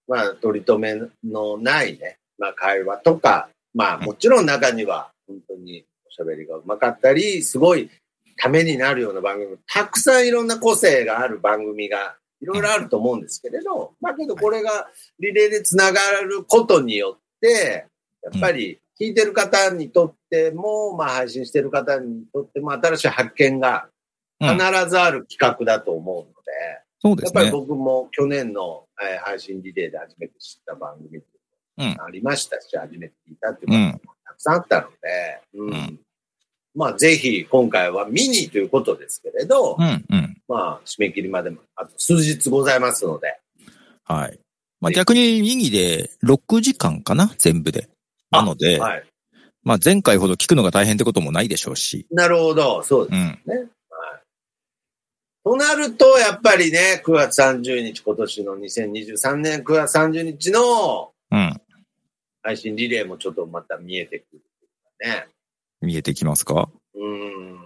Speaker 1: まあ、取り留めのないね、まあ、会話とか、まあ、もちろん中には、本当におしゃべりがうまかったり、すごいためになるような番組、たくさんいろんな個性がある番組が、いろいろあると思うんですけれど、まあ、けどこれがリレーでつながることによって、やっぱり聞いてる方にとっても、まあ、配信してる方にとっても、新しい発見が
Speaker 2: う
Speaker 1: 必
Speaker 2: ん
Speaker 1: ずある企画だと思うので、
Speaker 2: そうで
Speaker 1: やっ
Speaker 2: す
Speaker 1: ぱり
Speaker 2: ね。
Speaker 1: 僕も去年の、えー配信リレーで初めて知った番組
Speaker 2: うん
Speaker 1: ありましたし、初めて聞いたっていう
Speaker 2: う
Speaker 1: 番組
Speaker 2: ん
Speaker 1: も。たくさんあったので、うん
Speaker 2: うん
Speaker 1: まあぜひ今回は見にということですけれど、
Speaker 2: うん。うん。
Speaker 1: まあ締め切りまでもあと数日ございますので、
Speaker 2: はい。まあ、逆に右で6時間かな全部で。なので、
Speaker 1: はい。
Speaker 2: まあ、前回ほど聞くのが大変ってこともないでしょうし。
Speaker 1: なるほど、そうです
Speaker 2: うん。
Speaker 1: ね。はい。となると、やっぱりね、9月30日、今年の2023年9月30日の
Speaker 2: うん。
Speaker 1: 配信リレーもちょっとまた見えてくるっていうかね。
Speaker 2: 見えてきますか
Speaker 1: うーん。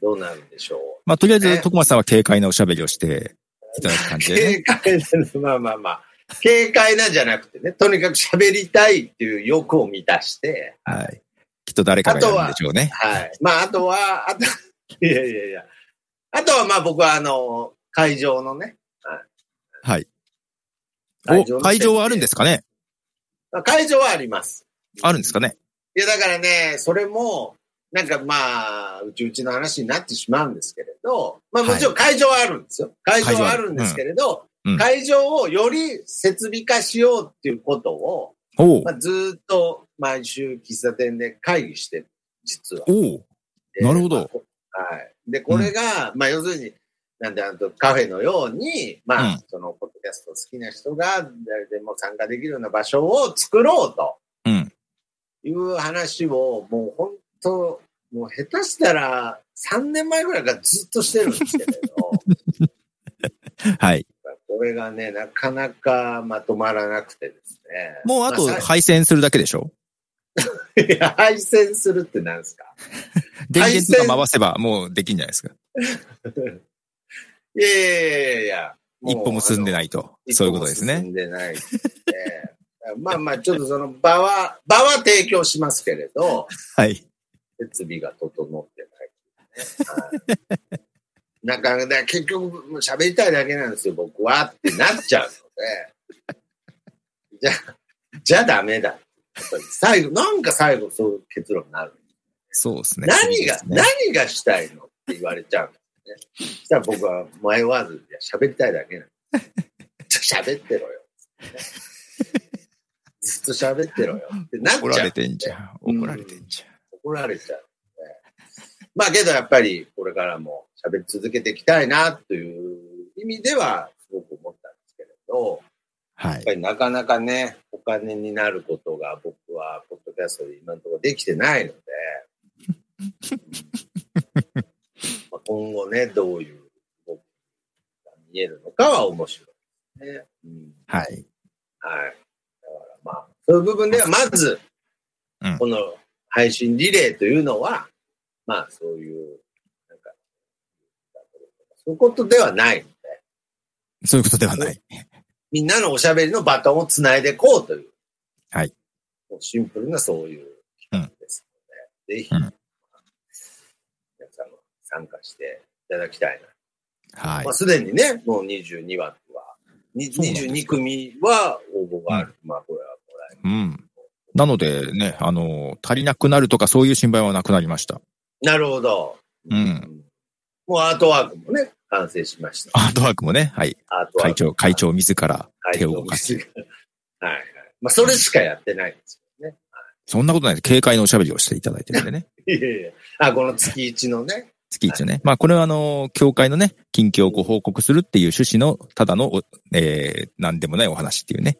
Speaker 1: どうなるんでしょう。
Speaker 2: まあ、とりあえ
Speaker 1: ね
Speaker 2: ず、徳松さんは軽快なおしゃべりをしていただく感じでね、
Speaker 1: 軽快な、まあまあまあ。軽快なんじゃなくてね、とにかく喋りたいっていう欲を満たして、
Speaker 2: はい。きっと誰かがやるんでしょうね。
Speaker 1: はい。まあ、あとは、あと、 いやいやいや。あとは、まあ僕は、あの、会場のね。
Speaker 2: はい。
Speaker 1: 会
Speaker 2: お、会場はあるんですすかね
Speaker 1: 会場はあります。
Speaker 2: あるんですかね
Speaker 1: いや、だからね、それも、なんかまあ、うちうちの話になってしまうんですけれど、まあもちろん会場はあるんですよ。会場はあるんですけれど、
Speaker 2: うん
Speaker 1: 会場をより設備化しようっていうことを、
Speaker 2: おう
Speaker 1: まあ、ずーっと毎週喫茶店で会議してる、実は。
Speaker 2: おうなるほど
Speaker 1: えーまあこはい。で、これが、まあ、要するに、なんで、あの、カフェのように、まあ、
Speaker 2: うん
Speaker 1: その、ポッドキャスト好きな人が、誰でも参加できるような場所を作ろうと
Speaker 2: うん。
Speaker 1: いう話を、もう本当、もう下手したら、3年前ぐらいからずっとしてるんですけれ ど、
Speaker 2: はい。
Speaker 1: これがね、なかなかまとまらなくてですね。
Speaker 2: もうあと
Speaker 1: まさ
Speaker 2: 配線するだけでしょ
Speaker 1: いや配線するってなんですか
Speaker 2: 電
Speaker 1: 配
Speaker 2: 源と
Speaker 1: 線
Speaker 2: か回せばもうできんじゃないですか。
Speaker 1: いやいやいやいや。。
Speaker 2: 一歩も進んでないいと。そういうことです
Speaker 1: 一歩も
Speaker 2: ね。
Speaker 1: 進んでないって。まあまあ、ちょっとその場は、場は提供しますけれど、
Speaker 2: はい。
Speaker 1: 設備が整ってない、ねはい。なんか、だから結局、もう喋りたいだけなんですよ、僕はってなっちゃうので。じゃ、じゃダメだ。やっぱり最後、なんか最後そういう結論になる。
Speaker 2: そうですね。
Speaker 1: 何が、
Speaker 2: そうですね
Speaker 1: 何がしたいのって言われちゃうんですね。そしたら僕は迷わず、いや喋りたいだけなの。 ちょ喋ってろよ。ずっと喋ってろよ。ってなっ
Speaker 2: 怒
Speaker 1: ち
Speaker 2: ら
Speaker 1: ゃう
Speaker 2: れ。てんじゃん。
Speaker 1: うん
Speaker 2: 怒られてんじゃん。
Speaker 1: 怒られちゃう。まあけどやっぱりこれからも喋り続けていきたいなという意味ではすごく思ったんですけれど、
Speaker 2: は
Speaker 1: やっ
Speaker 2: い
Speaker 1: ぱ。りなかなかね、お金になることが僕はポッドキャストで今のところできてないの で、まあ今後ね、どういう動きが見えるのかは面白いですね。うん
Speaker 2: はい。
Speaker 1: はい。だからまあ、そういう部分では、まず
Speaker 2: うん、
Speaker 1: この配信リレーというのは、まあ、そういう、なんか、そういうことではないので、
Speaker 2: そういうことではない。
Speaker 1: みんなのおしゃべりのバトンをつないでいこうという、
Speaker 2: はい。
Speaker 1: もうシンプルなそういう企画ですので、ぜひ、
Speaker 2: うん
Speaker 1: 皆さんも参加していただきたいな。
Speaker 2: はい
Speaker 1: まあ、。すでにね、もう22枠は、に
Speaker 2: そうなんですよ
Speaker 1: 22組は応募がある。まあ、これはもらえる。
Speaker 2: うん。なのでね、あの、足りなくなるとかそういう心配はなくなりました。
Speaker 1: なるほど。
Speaker 2: うん。
Speaker 1: もうアートワークもね、完成しました。
Speaker 2: アートワークもね、はい。
Speaker 1: アートワー
Speaker 2: 会
Speaker 1: ク。
Speaker 2: 長、会長自ら手を動か
Speaker 1: 会
Speaker 2: す。
Speaker 1: 長 はいはい。まあ、それしかやってないんですよね。
Speaker 2: そんなことないです。軽快なおしゃべりをしていただいてるんでね。
Speaker 1: いやいやあ、この月一のね。
Speaker 2: 月一ね。まあ、これはあの、教会のね、近況をご報告するっていう趣旨の、ただのお、えー、なんでもないお話っていうね。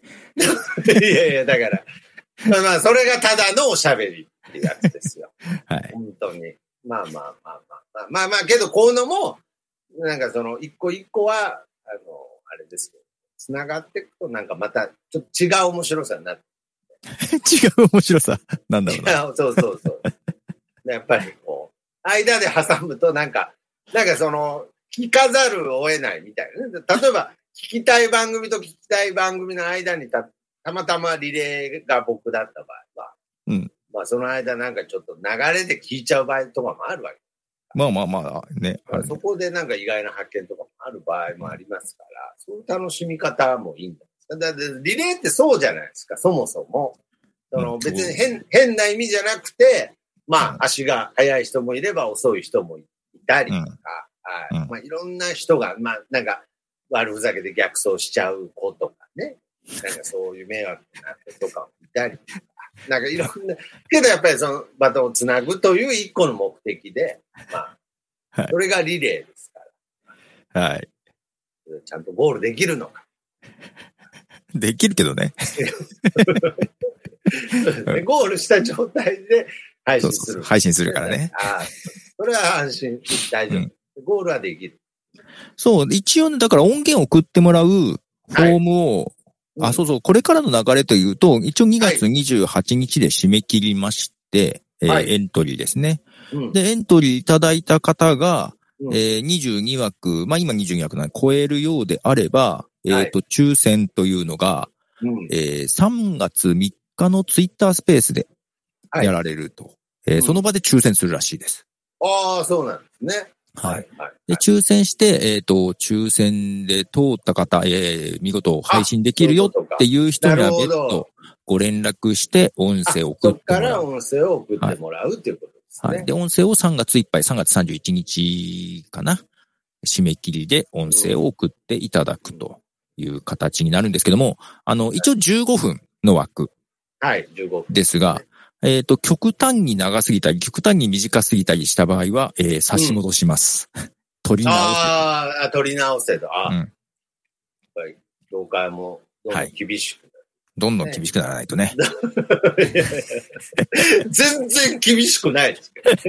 Speaker 1: い やいや、だから。まあまあ、それがただのおしゃべりってやつですよ。
Speaker 2: はい。
Speaker 1: 本当に。まあまあまあまあまあ。まあまあ、けど、こういうのも、なんかその、一個一個は、あの、あれですけど、繋がっていくと、なんかまた、ちょっと違う面白さになって
Speaker 2: 違う面白さ。なんだろう
Speaker 1: い
Speaker 2: な。
Speaker 1: やそうそうそう。 やっぱりこう、間で挟むとなんか、なんかその、聞かざるを得ないみたいなね。例えば、聞きたい番組と聞きたい番組の間にた、たまたまリレーが僕だった場合は、
Speaker 2: うん
Speaker 1: まあその間なんかちょっと流れで聞いちゃう場合とかもあるわけ。
Speaker 2: まあまあまあ、 ね。ある
Speaker 1: そこでなんか意外な発見とかもある場合もありますから、そういう楽しみ方もいいんだ。だってリレーってそうじゃないですか、そもそも。その
Speaker 2: うん
Speaker 1: 別に変変な意味じゃなくて、ま
Speaker 2: う
Speaker 1: あ足が速い人もいれば遅い人もいたりとか、
Speaker 2: うん
Speaker 1: は
Speaker 2: う
Speaker 1: い
Speaker 2: ん
Speaker 1: まあ、いろんな人が、まあなんか悪ふざけで逆走しちゃう子とかね、なんかそういう迷惑な子とかもいたりとか、なんかいろんな、けどやっぱりそのバトンをつなぐという一個の目的で、ま
Speaker 2: は
Speaker 1: あ
Speaker 2: い、
Speaker 1: それがリレーですから。
Speaker 2: はい。
Speaker 1: ちゃんとゴールできるのか。
Speaker 2: できるけどね。
Speaker 1: でゴールした状態で配信
Speaker 2: そうそう
Speaker 1: す
Speaker 2: そ
Speaker 1: る。
Speaker 2: う。配信するからね。
Speaker 1: ああそれは安心、大丈夫。
Speaker 2: うん
Speaker 1: ゴールはできる。
Speaker 2: そう、一応ね、だから音源を送ってもらうフォームを、
Speaker 1: はい
Speaker 2: あ、そうそう、これからの流れというと、一応2月28日で締め切りまして、
Speaker 1: はい
Speaker 2: えーエントリーですね。
Speaker 1: うん
Speaker 2: で、エントリーいただいた方が、
Speaker 1: うん
Speaker 2: えー22枠、まあ今22枠なんで超えるようであれば、えっ、
Speaker 1: はい
Speaker 2: と、抽選というのが、
Speaker 1: うん
Speaker 2: えー3月3日のツイッタースペースで
Speaker 1: はい
Speaker 2: やられると。えー
Speaker 1: うん
Speaker 2: その場で抽選するらしいです。
Speaker 1: ああ、そうなんですね。はい。はい。
Speaker 2: で、抽選して、えっ、と、抽選で通った方、えー見事配信できるよっていう人には
Speaker 1: あそうい
Speaker 2: 別
Speaker 1: うことか
Speaker 2: 途ご連絡して音声を送
Speaker 1: そ
Speaker 2: っ
Speaker 1: って
Speaker 2: も
Speaker 1: からら
Speaker 2: う。
Speaker 1: 音声を送ってもらうということです
Speaker 2: はい。
Speaker 1: ね。
Speaker 2: で、音声を3月いっぱい、3月31日かな。締め切りで音声を送っていただくという形になるんですけども、あの、一応15分の枠
Speaker 1: はい。15分。
Speaker 2: ですが、えっ、と、極端に長すぎたり、極端に短すぎたりした場合は、えー差し戻します。取り直す。
Speaker 1: あーあ、取り直せと。あ、
Speaker 2: うん
Speaker 1: やっぱり、業界も、厳しく、
Speaker 2: どんどん厳しくならないとね。
Speaker 1: 全然厳しくないですけどね。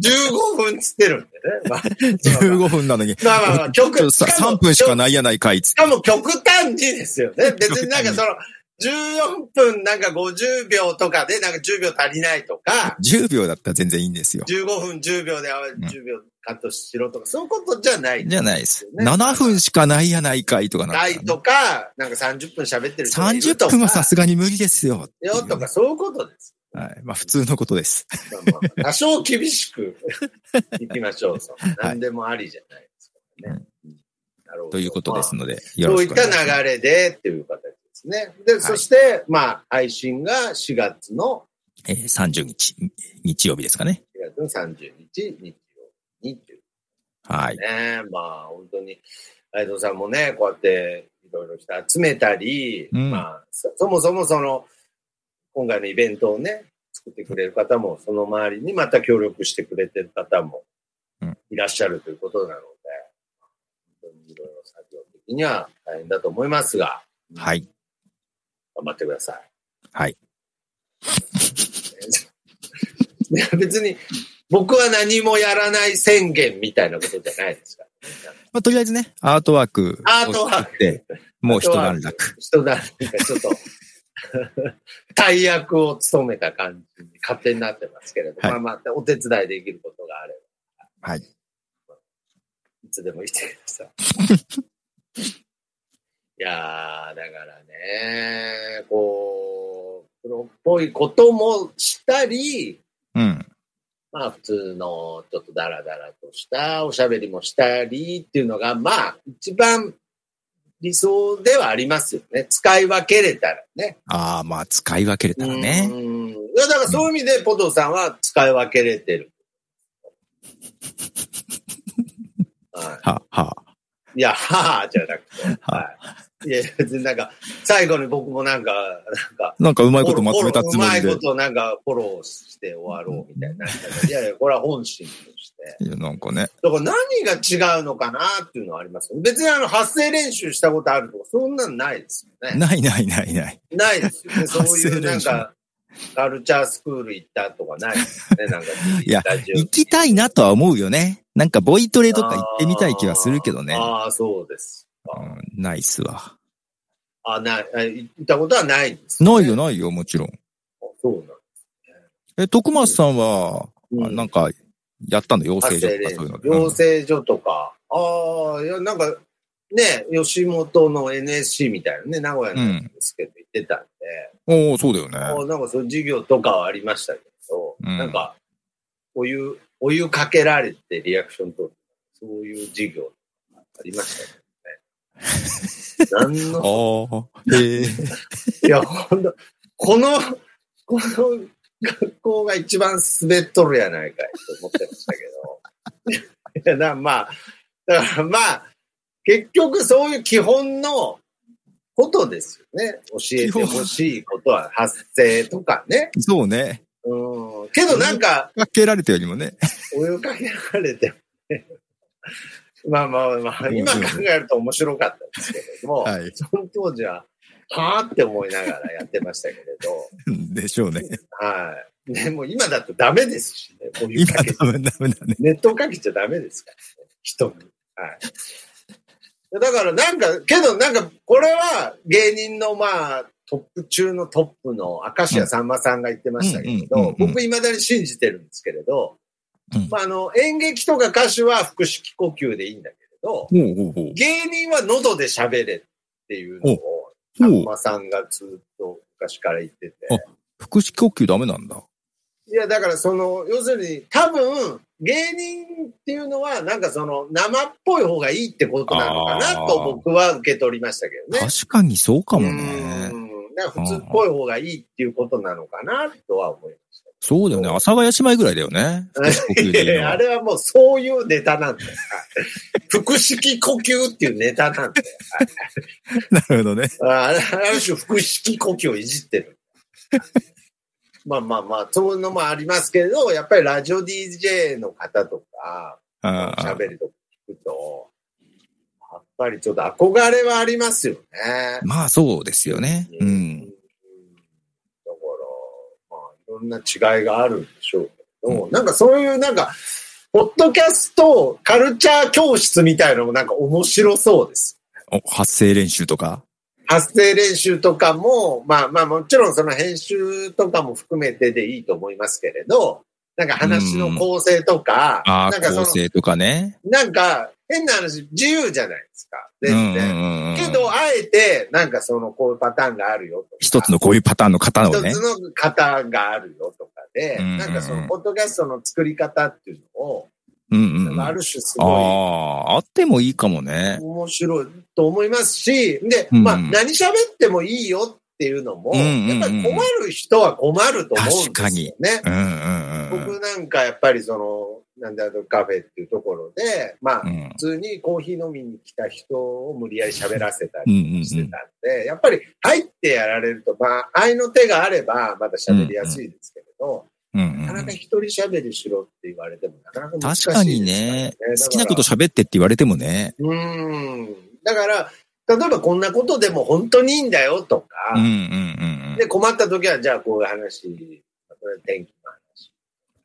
Speaker 1: 15分つってるんでね。 まあ、
Speaker 2: 15 分なのに、
Speaker 1: まあまあまあ、極
Speaker 2: ちょっとさ3分しか
Speaker 1: い。
Speaker 2: ないやないかいっつっ
Speaker 1: しかも極端にですよ ね。別になんかその、14分なんか50秒とかでなんか10秒足りないとか、
Speaker 2: て。10秒だったら全然いいんですよ。
Speaker 1: 15分10秒であ10秒カットしろとか、そういうことじゃない。
Speaker 2: じゃないです。
Speaker 1: ね
Speaker 2: 7分しかないやないかいとかなった
Speaker 1: な
Speaker 2: らね
Speaker 1: いとか、なんか30分喋ってる人がいると
Speaker 2: 30
Speaker 1: か。
Speaker 2: 分はさすがに無理ですよ。
Speaker 1: よとか、そういうことです。
Speaker 2: はい。まあ普通のことです。
Speaker 1: まあま あ多少厳しくいきましょう。その何でもありじゃないですからね。なるほど
Speaker 2: ということですので、
Speaker 1: ま
Speaker 2: よ
Speaker 1: あ
Speaker 2: ろ
Speaker 1: そう
Speaker 2: し
Speaker 1: い
Speaker 2: く
Speaker 1: っ
Speaker 2: お願
Speaker 1: た
Speaker 2: いします。
Speaker 1: 流れでっていう形ですね。で、そして、まあ、配信が4月の、
Speaker 2: えー30日、日曜日ですかね。
Speaker 1: 4月の30日、日曜日にっていう
Speaker 2: はい。
Speaker 1: ね。まあ、本当に、相藤さんもね、こうやっていろいろして集めたり、
Speaker 2: うん
Speaker 1: まあ、そそもそもその、今回のイベントをね、作ってくれる方も、その周りにまた協力してくれてる方も
Speaker 2: うん
Speaker 1: いらっしゃるということなので、本当にいろいろ作業的には大変だと思いますが、
Speaker 2: はい。
Speaker 1: 頑張ってください。
Speaker 2: はい。
Speaker 1: いや、 別に、僕は何もやらない宣言みたいなことじゃないですから。
Speaker 2: まあとりあえずね、アートワーク
Speaker 1: アート
Speaker 2: を
Speaker 1: ワー
Speaker 2: 作って、もう一段落。
Speaker 1: 人だ、なんかちょっと、 大役を務めた感じに勝手になってますけれど、
Speaker 2: はい
Speaker 1: まあまあ、お手伝いできることがあれば。
Speaker 2: はい。
Speaker 1: いつでも来てください。 いやー、だからね、こう、プロっぽいこともしたり、
Speaker 2: うん。
Speaker 1: まあ普通のちょっとダラダラとしたおしゃべりもしたりっていうのが、まあ一番理想ではありますよね。使い分けれたらね。
Speaker 2: ああ、まあ使い分けれたらね。
Speaker 1: うん。いやだからそういう意味でポトフさんは使い分けれ てる。は
Speaker 2: は、は、
Speaker 1: い、いや、はぁじゃなくて。
Speaker 2: は。
Speaker 1: はい。いや、別になんか、最後に僕もなんか、なんか、
Speaker 2: なんかうま
Speaker 1: う
Speaker 2: いことまとめたつも
Speaker 1: う
Speaker 2: り
Speaker 1: まい
Speaker 2: で
Speaker 1: こ。となんかフォローして終わろうみたいになったからいやいや、これは本心として。
Speaker 2: いやなんかね。
Speaker 1: だから何が違うのかなっていうのはありますよね別にあの発声練習したことあるとか、そんなんないですよね。
Speaker 2: ないないないない。
Speaker 1: ないですよね。そうい
Speaker 2: 発声
Speaker 1: うな
Speaker 2: 練
Speaker 1: ん
Speaker 2: 習
Speaker 1: か、カルチャースクール行ったとかないですよね。なんか、
Speaker 2: いや
Speaker 1: ラジオ
Speaker 2: 行きたいなとは思うよね。なんかボイトレとか行ってみたい気はするけどね。
Speaker 1: ああ、そうです。
Speaker 2: うん、ないっすわ。
Speaker 1: あない、あ行ったことはないんです、
Speaker 2: ないよ。ないよ、もちろん。
Speaker 1: そうなんです
Speaker 2: え、徳松さんは、
Speaker 1: うん
Speaker 2: あなんか、やったの養成
Speaker 1: 発
Speaker 2: 所
Speaker 1: 声
Speaker 2: と
Speaker 1: 練
Speaker 2: かそういう
Speaker 1: 習
Speaker 2: の。で。
Speaker 1: 養成所とか。ああ、いや、なんか、ね、吉本の NSC みたいなね、名古屋
Speaker 2: う
Speaker 1: なん
Speaker 2: ん。
Speaker 1: ですけど、行ってたんで。
Speaker 2: うん、おおそうだよね。
Speaker 1: あなんかそういう授業とかはありましたけど、
Speaker 2: うん
Speaker 1: なんか、お湯、お湯かけられてリアクション取る。そういう授業ありましたけどね。何
Speaker 2: あ
Speaker 1: の、
Speaker 2: あ、へえ。
Speaker 1: いや、ほんと、この、この学校が一番滑っとるやないかいと思ってましたけど。い や、なまあ、だからまあ、結局そういう基本のことですよね。教えてほしいことは発声とかね。
Speaker 2: そうね。
Speaker 1: うんけどなんか、
Speaker 2: かけられたよりもね。
Speaker 1: お湯かけられてもね、 まあまあまあ、今考えると面白かったですけれども、
Speaker 2: はい。
Speaker 1: その当時は、はぁって思いながらやってましたけれど、
Speaker 2: でしょうね。
Speaker 1: はい。ね、もう今だとダメですしね、お湯
Speaker 2: 今、
Speaker 1: かけ、
Speaker 2: ダメダメだね。
Speaker 1: ネットかけちゃダメですからね、人に。だからなんか、けどなんか、これは芸人のまあ、トップ中のトップの明石家さんまさんが言ってましたけれ
Speaker 2: うんうんうん
Speaker 1: ど
Speaker 2: う、んうん
Speaker 1: 僕未だに信じてるんですけれど
Speaker 2: うん、
Speaker 1: まああの、演劇とか歌手は腹式呼吸でいいんだけれど、
Speaker 2: ほうほうほう。
Speaker 1: 芸人は喉で喋れっていうのを、さんまさんがずっと昔から言ってて、
Speaker 2: 腹式呼吸ダメなんだ。
Speaker 1: いや、だからその、要するに、多分、芸人っていうのは、なんかその、生っぽい方がいいってことなのかなと
Speaker 2: あー
Speaker 1: 僕は受け取りましたけどね。
Speaker 2: 確かにそうかも
Speaker 1: う
Speaker 2: ね。
Speaker 1: ん。だから普通っぽい方がいいっていうことなのかなとは思い
Speaker 2: そうだよね。阿佐ヶ谷姉妹ぐらいだよね。腹式呼
Speaker 1: ます。
Speaker 2: 吸
Speaker 1: い
Speaker 2: で
Speaker 1: や
Speaker 2: い
Speaker 1: い
Speaker 2: いの
Speaker 1: や あ
Speaker 2: は。
Speaker 1: れはもうそういうネタなんだよ。はい腹式呼吸っていうネタなんだよ。
Speaker 2: なるほどね。
Speaker 1: ああれある種腹式呼吸をいじってる。まあまあまあ、そういうのもありますけれど、やっぱりラジオ DJ の方とか、
Speaker 2: ああ
Speaker 1: 喋ると聞くと、やっぱりちょっと憧れはありますよね。
Speaker 2: まあそうですよね。う
Speaker 1: だか
Speaker 2: ん。
Speaker 1: ら、まあ、いろんな違いがあるんでしょうけど、なんかそういう、なんか、ポッドキャスト、カルチャー教室みたいのもなんか面白そうです。
Speaker 2: お発声練習とか。
Speaker 1: 発声練習とかも、まあまあもちろんその編集とかも含めてでいいと思いますけれど、なんか話の構成とか、
Speaker 2: あ
Speaker 1: な
Speaker 2: あ、
Speaker 1: んかそ
Speaker 2: 構
Speaker 1: の、
Speaker 2: 成とかね。
Speaker 1: なんか変な話、自由じゃないですか。
Speaker 2: うん
Speaker 1: 全
Speaker 2: う
Speaker 1: 然。
Speaker 2: んうん。
Speaker 1: けど、あえて、なんかその、こういうパターンがあるよとか。
Speaker 2: 一つのこういうパターンの型を
Speaker 1: 一
Speaker 2: ね
Speaker 1: つ。の型があるよとかで、
Speaker 2: うんうん
Speaker 1: なんかその、ポッドキャストの作り方っていうのを、
Speaker 2: うんうんうん。
Speaker 1: あ
Speaker 2: あ
Speaker 1: る種す
Speaker 2: あ
Speaker 1: ごい
Speaker 2: ー、あってもいいかもね。
Speaker 1: 面白いと思いますし、で、
Speaker 2: うん
Speaker 1: まあ、何喋ってもいいよっていうのも、
Speaker 2: うんうんう
Speaker 1: や
Speaker 2: ん
Speaker 1: っぱり困る人は困ると思うん
Speaker 2: 確か
Speaker 1: です
Speaker 2: に
Speaker 1: よね。
Speaker 2: うんうんうん
Speaker 1: 僕なんかやっぱりその、なんだろう、カフェっていうところで、まあ、
Speaker 2: うん。うん
Speaker 1: 普通にコーヒー飲みに来た人を無理やり喋らせたり
Speaker 2: うんうん
Speaker 1: してたんで、やっぱり入ってやられると、まあ、愛の手があれば、まだ喋りやすいですけれど、
Speaker 2: うん
Speaker 1: なか
Speaker 2: う
Speaker 1: なんか。一人喋りしろって言われても、なかなか難しい
Speaker 2: 確かにね、好きなこと喋ってって言われてもね。
Speaker 1: うーん。だから、例えばこんなことでも本当にいいんだよとか、
Speaker 2: うんうんうんうん。
Speaker 1: で、困った時は、じゃあこういう話、これ天気の話。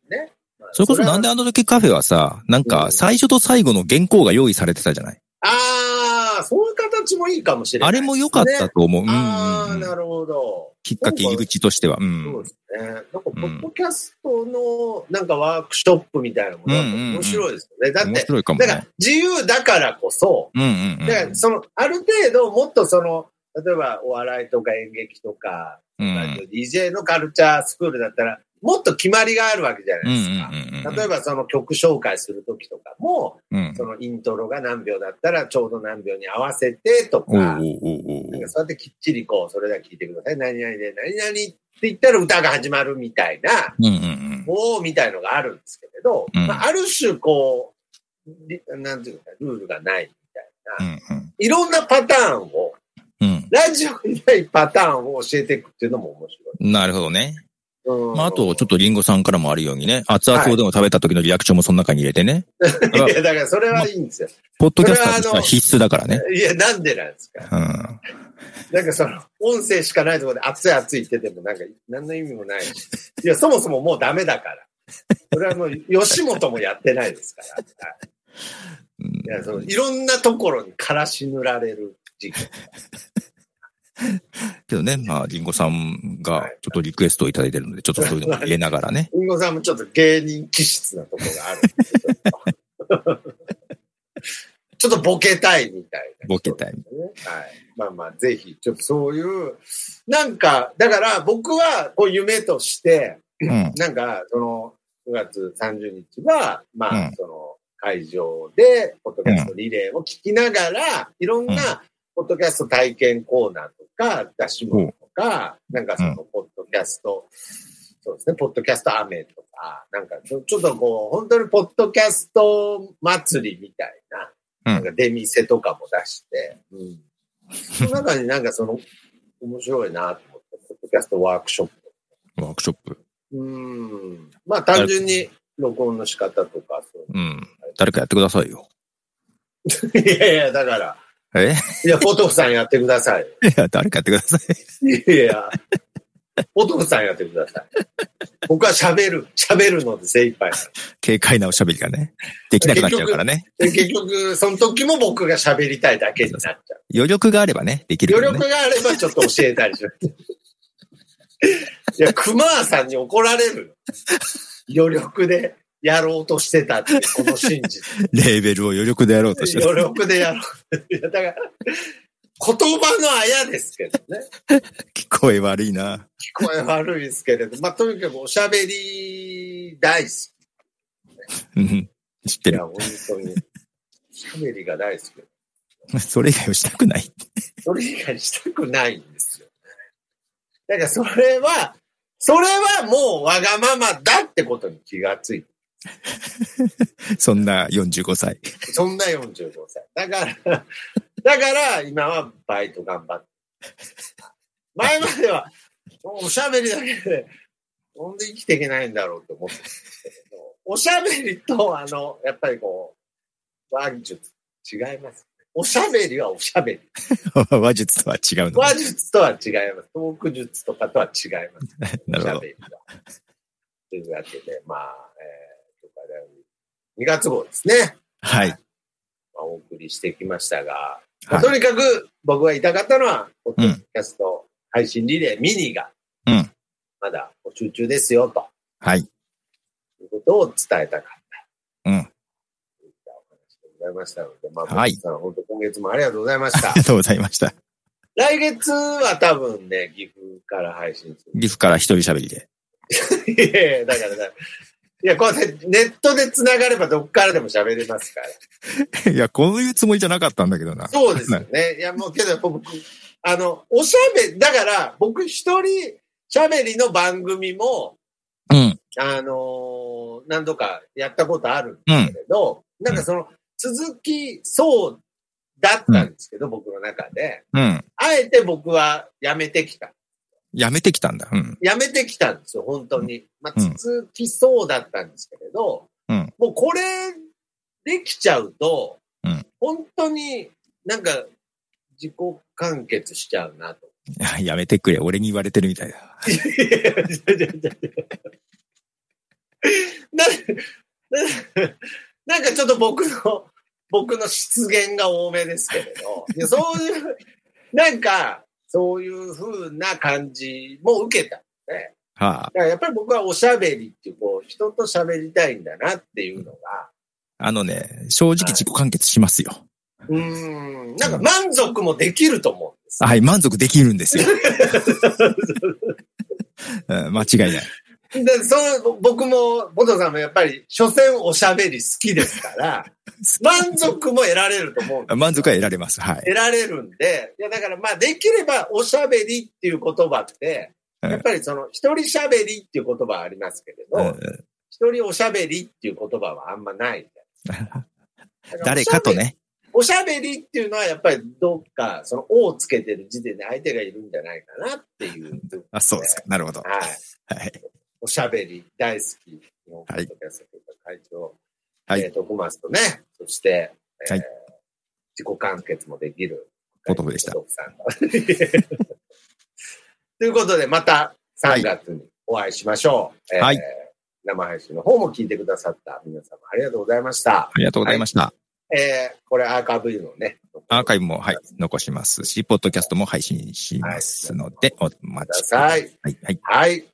Speaker 1: ね。まあ
Speaker 2: それこそなんであの時カフェはさ、なん
Speaker 1: う
Speaker 2: か
Speaker 1: ん
Speaker 2: 最初と最後の原稿が用意されてたじゃない
Speaker 1: ああ、そういう形もいいかもしれない
Speaker 2: あ
Speaker 1: で
Speaker 2: れ
Speaker 1: すね、
Speaker 2: も良かったと思う。うん
Speaker 1: ああ、
Speaker 2: うんう。
Speaker 1: なんるほど。
Speaker 2: きっかけ入り口としては。う
Speaker 1: そうで
Speaker 2: ん。
Speaker 1: すね。なんか、ポッドキャストの、なんかワークショップみたいなのも、なんか面白いですよね。だっ
Speaker 2: 面
Speaker 1: て、
Speaker 2: 白いかも
Speaker 1: だから
Speaker 2: ね。、
Speaker 1: 自由だからこそ、
Speaker 2: うんうん
Speaker 1: だ
Speaker 2: うん。
Speaker 1: から、その、ある程度、もっとその、例えば、お笑いとか演劇とか、
Speaker 2: うんうん
Speaker 1: ラジオ DJ のカルチャースクールだったら、もっと決まりがあるわけじゃないですか。
Speaker 2: うんうん
Speaker 1: 例えば、その曲紹介するときとかも、
Speaker 2: うんうん
Speaker 1: そのイントロが何秒だったら、ちょうど何秒に合わせてと
Speaker 2: おう
Speaker 1: か、
Speaker 2: おうおうお
Speaker 1: なん
Speaker 2: う
Speaker 1: かそうやってきっちりこう、それだけ聞いてください。何々で、何々って言ったら歌が始まるみたいな、
Speaker 2: うんうんうん。
Speaker 1: おーみたいのがあるんですけれど、
Speaker 2: うん
Speaker 1: まあ、ある種こう、りなんていうか、ルールがないみたいな、
Speaker 2: うんうん
Speaker 1: いろんなパターンを、
Speaker 2: うん。
Speaker 1: ラジオにないパターンを教えていくっていうのも面白い。
Speaker 2: なるほどね。
Speaker 1: うん
Speaker 2: まあ、あと、ちょっとリンゴさんからもあるようにね、熱々おでんを食べた時のリアクションもその中に入れてね。
Speaker 1: い や、だからそれはいいんですよ。
Speaker 2: ポッドキャスターとしては必須だからね。
Speaker 1: いや、なんでなんですか。
Speaker 2: うん。
Speaker 1: なんかその、音声しかないところで熱い熱いって言ってても、なんか、何の意味もないし。いや、そもそももうダメだから。それはもう、吉本もやってないですから。いや、その、いろんなところにからし塗られる時期。
Speaker 2: けどね、まあ、リンゴさんがちょっとリクエストをいただいてるので、ちょっとそういうのを入れながらね。
Speaker 1: うんごさんもちょっと芸人気質なところがあるんで。 ちょっとちょっとボケたいみたいな。
Speaker 2: ボケたい。
Speaker 1: ねはい。まあまあ、ぜひ、ちょっとそういう、なんか、だから僕は、こう、夢として、
Speaker 2: うん。
Speaker 1: なんか、その、9月30日は、ま
Speaker 2: う
Speaker 1: あ
Speaker 2: ん、
Speaker 1: その、会場で、ポッドキャストリレーを聞きながら、いろん
Speaker 2: うん
Speaker 1: な、ポッドキャスト体験コーナーとか、出し物とか、なんかその、ポッドキャスト、そうですね、ポッドキャスト雨とか、なんかちょ、ちょっとこう、本当にポッドキャスト祭りみたいな、
Speaker 2: うん
Speaker 1: なんか出店とかも出して、うん。その中になんかその、面白いなと思って、ポッドキャストワークショップ
Speaker 2: ワークショップ。
Speaker 1: うーんまあ単純に録音の仕方とか、そう
Speaker 2: うん。誰かやってください よ。
Speaker 1: いやいや、だから、
Speaker 2: え
Speaker 1: いや、ポトフさんやってください。
Speaker 2: いや誰かやってください。
Speaker 1: いやいや、お父さんやってください。僕は喋る、喋るので精一杯。
Speaker 2: 軽快なおしゃべりがね、できなくなっちゃうからね。
Speaker 1: で結局、その時も僕が喋りたいだけになっちゃう。
Speaker 2: 余力があればね、できるけ
Speaker 1: 余
Speaker 2: どね。
Speaker 1: 力があればちょっと教えたりします。いや、熊さんに怒られるよ。余力でやろうとしてたっていう、この真実。
Speaker 2: レーベルを余力でやろうとしてる。
Speaker 1: 余力でやろう。 いや、だから、言葉のあやですけど ね。
Speaker 2: 聞こえ悪いな。
Speaker 1: 聞こえ悪いですけれど、まあ、とにかくおしゃべり大好き。
Speaker 2: うん知って
Speaker 1: いや、
Speaker 2: る。
Speaker 1: 本当に。おしゃべりが大好き。
Speaker 2: それ以外をしたくない。
Speaker 1: それ以外したくないんですよ。だからそれは、それはもうわがままだってことに気がついて、
Speaker 2: そんな45歳。
Speaker 1: そんな45歳。だから、だから今はバイト頑張って。前までは、おしゃべりだけで、なんで生きていけないんだろうと思ってたんですけど、おしゃべりと、あの、やっぱりこう、話術、違います。おしゃべりはおしゃべり。
Speaker 2: 話術とは違うの。
Speaker 1: 話術とは違います。トーク術とかとは違います。
Speaker 2: なるほど
Speaker 1: 喋。りがというわけで、まあ、えー、とかだよ2月号ですね。
Speaker 2: はい。
Speaker 1: まあ、お送りしてきましたが、まあ
Speaker 2: はい
Speaker 1: とにかく僕が言いたかったのは、ポッ
Speaker 2: うん
Speaker 1: ドキャスト配信リレーミニが、
Speaker 2: うん
Speaker 1: まだ募集中ですよ、と
Speaker 2: はい。
Speaker 1: いうことを伝えたかった。
Speaker 2: うん
Speaker 1: といったお話でございましたので、まあ、
Speaker 2: はい
Speaker 1: ポッドさん、本当今月もありがとうございまし
Speaker 2: あ
Speaker 1: た
Speaker 2: り。がとうございました。
Speaker 1: 来月は多分ね、岐阜から配信する。
Speaker 2: 岐阜から一人喋りで。
Speaker 1: いやいや、だからだ。いや、こうやってネットで繋がればどっからでも喋れますから。
Speaker 2: いや、こういうつもりじゃなかったんだけどな。
Speaker 1: そうですよ ね。いや、もうけど僕、あの、おしゃべり、だから僕一人喋りの番組も、
Speaker 2: うん。
Speaker 1: あのー何度かやったことあるんですけれど、なんかその、続きそうだったんですけど、僕の中で。
Speaker 2: うん。
Speaker 1: あえて僕はやめてきた。
Speaker 2: やめてきたんだ。うん。
Speaker 1: やめてきたんですよ、本当に。まあ、
Speaker 2: うん
Speaker 1: 続きそうだったんですけれど、
Speaker 2: うん
Speaker 1: もうこれできちゃうと、
Speaker 2: うん
Speaker 1: 本当になんか自己完結しちゃうな と。
Speaker 2: いややめてくれ。俺に言われてるみたいだ。
Speaker 1: いやいやいやいやいやなななんかちょっと僕の、僕の失言が多めですけれ ど、いやそういう、なんか、そういう風な感じも受けた。
Speaker 2: は
Speaker 1: だか
Speaker 2: あ。
Speaker 1: らやっぱり僕はおしゃべりっていう、こう、人と喋りたいんだなっていうのが、
Speaker 2: あのね、正直自己完結しますよ。
Speaker 1: うーん、なんか満足もできると思うんです。
Speaker 2: はい、満足できる んですよ。うん間違いない。
Speaker 1: で、その、僕も、ボトさんもやっぱり、所詮おしゃべり好きです から、満足も得られると思うんです。
Speaker 2: 満足は得られます。はい。
Speaker 1: 得られるんで、いや、だからまあ、できればおしゃべりっていう言葉って、
Speaker 2: うん
Speaker 1: やっぱりその、一人しゃべりっていう言葉はありますけれ
Speaker 2: う
Speaker 1: ど、
Speaker 2: ん
Speaker 1: 一人おしゃべりっていう言葉はあんまない。
Speaker 2: 誰かとね。
Speaker 1: おしゃべりっていうのはやっぱりどっか、その、おをつけてる時点で相手がいるんじゃないかなっていう。
Speaker 2: あ、そうですか。なるほど。
Speaker 1: はい。
Speaker 2: はい。
Speaker 1: おしゃべり大好き。日本ポッドキャスト協会会長。
Speaker 2: はい
Speaker 1: えー、徳松とね、そして、えー
Speaker 2: はい
Speaker 1: 自己完結もできる。
Speaker 2: ポトフでした
Speaker 1: ポトフさん がということで、また3月にお会いしましょう。
Speaker 2: はい
Speaker 1: えー生配信の方も聞いてくださった皆様ありがとうございました。
Speaker 2: ありがとうございました。
Speaker 1: えー、これアーカイブのね。
Speaker 2: アーカイブも、はい、残しますし、ポッドキャストも配信しますので、お待
Speaker 1: くだ
Speaker 2: ちくださ
Speaker 1: さ
Speaker 2: い。
Speaker 1: い。
Speaker 2: はい。はい。
Speaker 1: はい。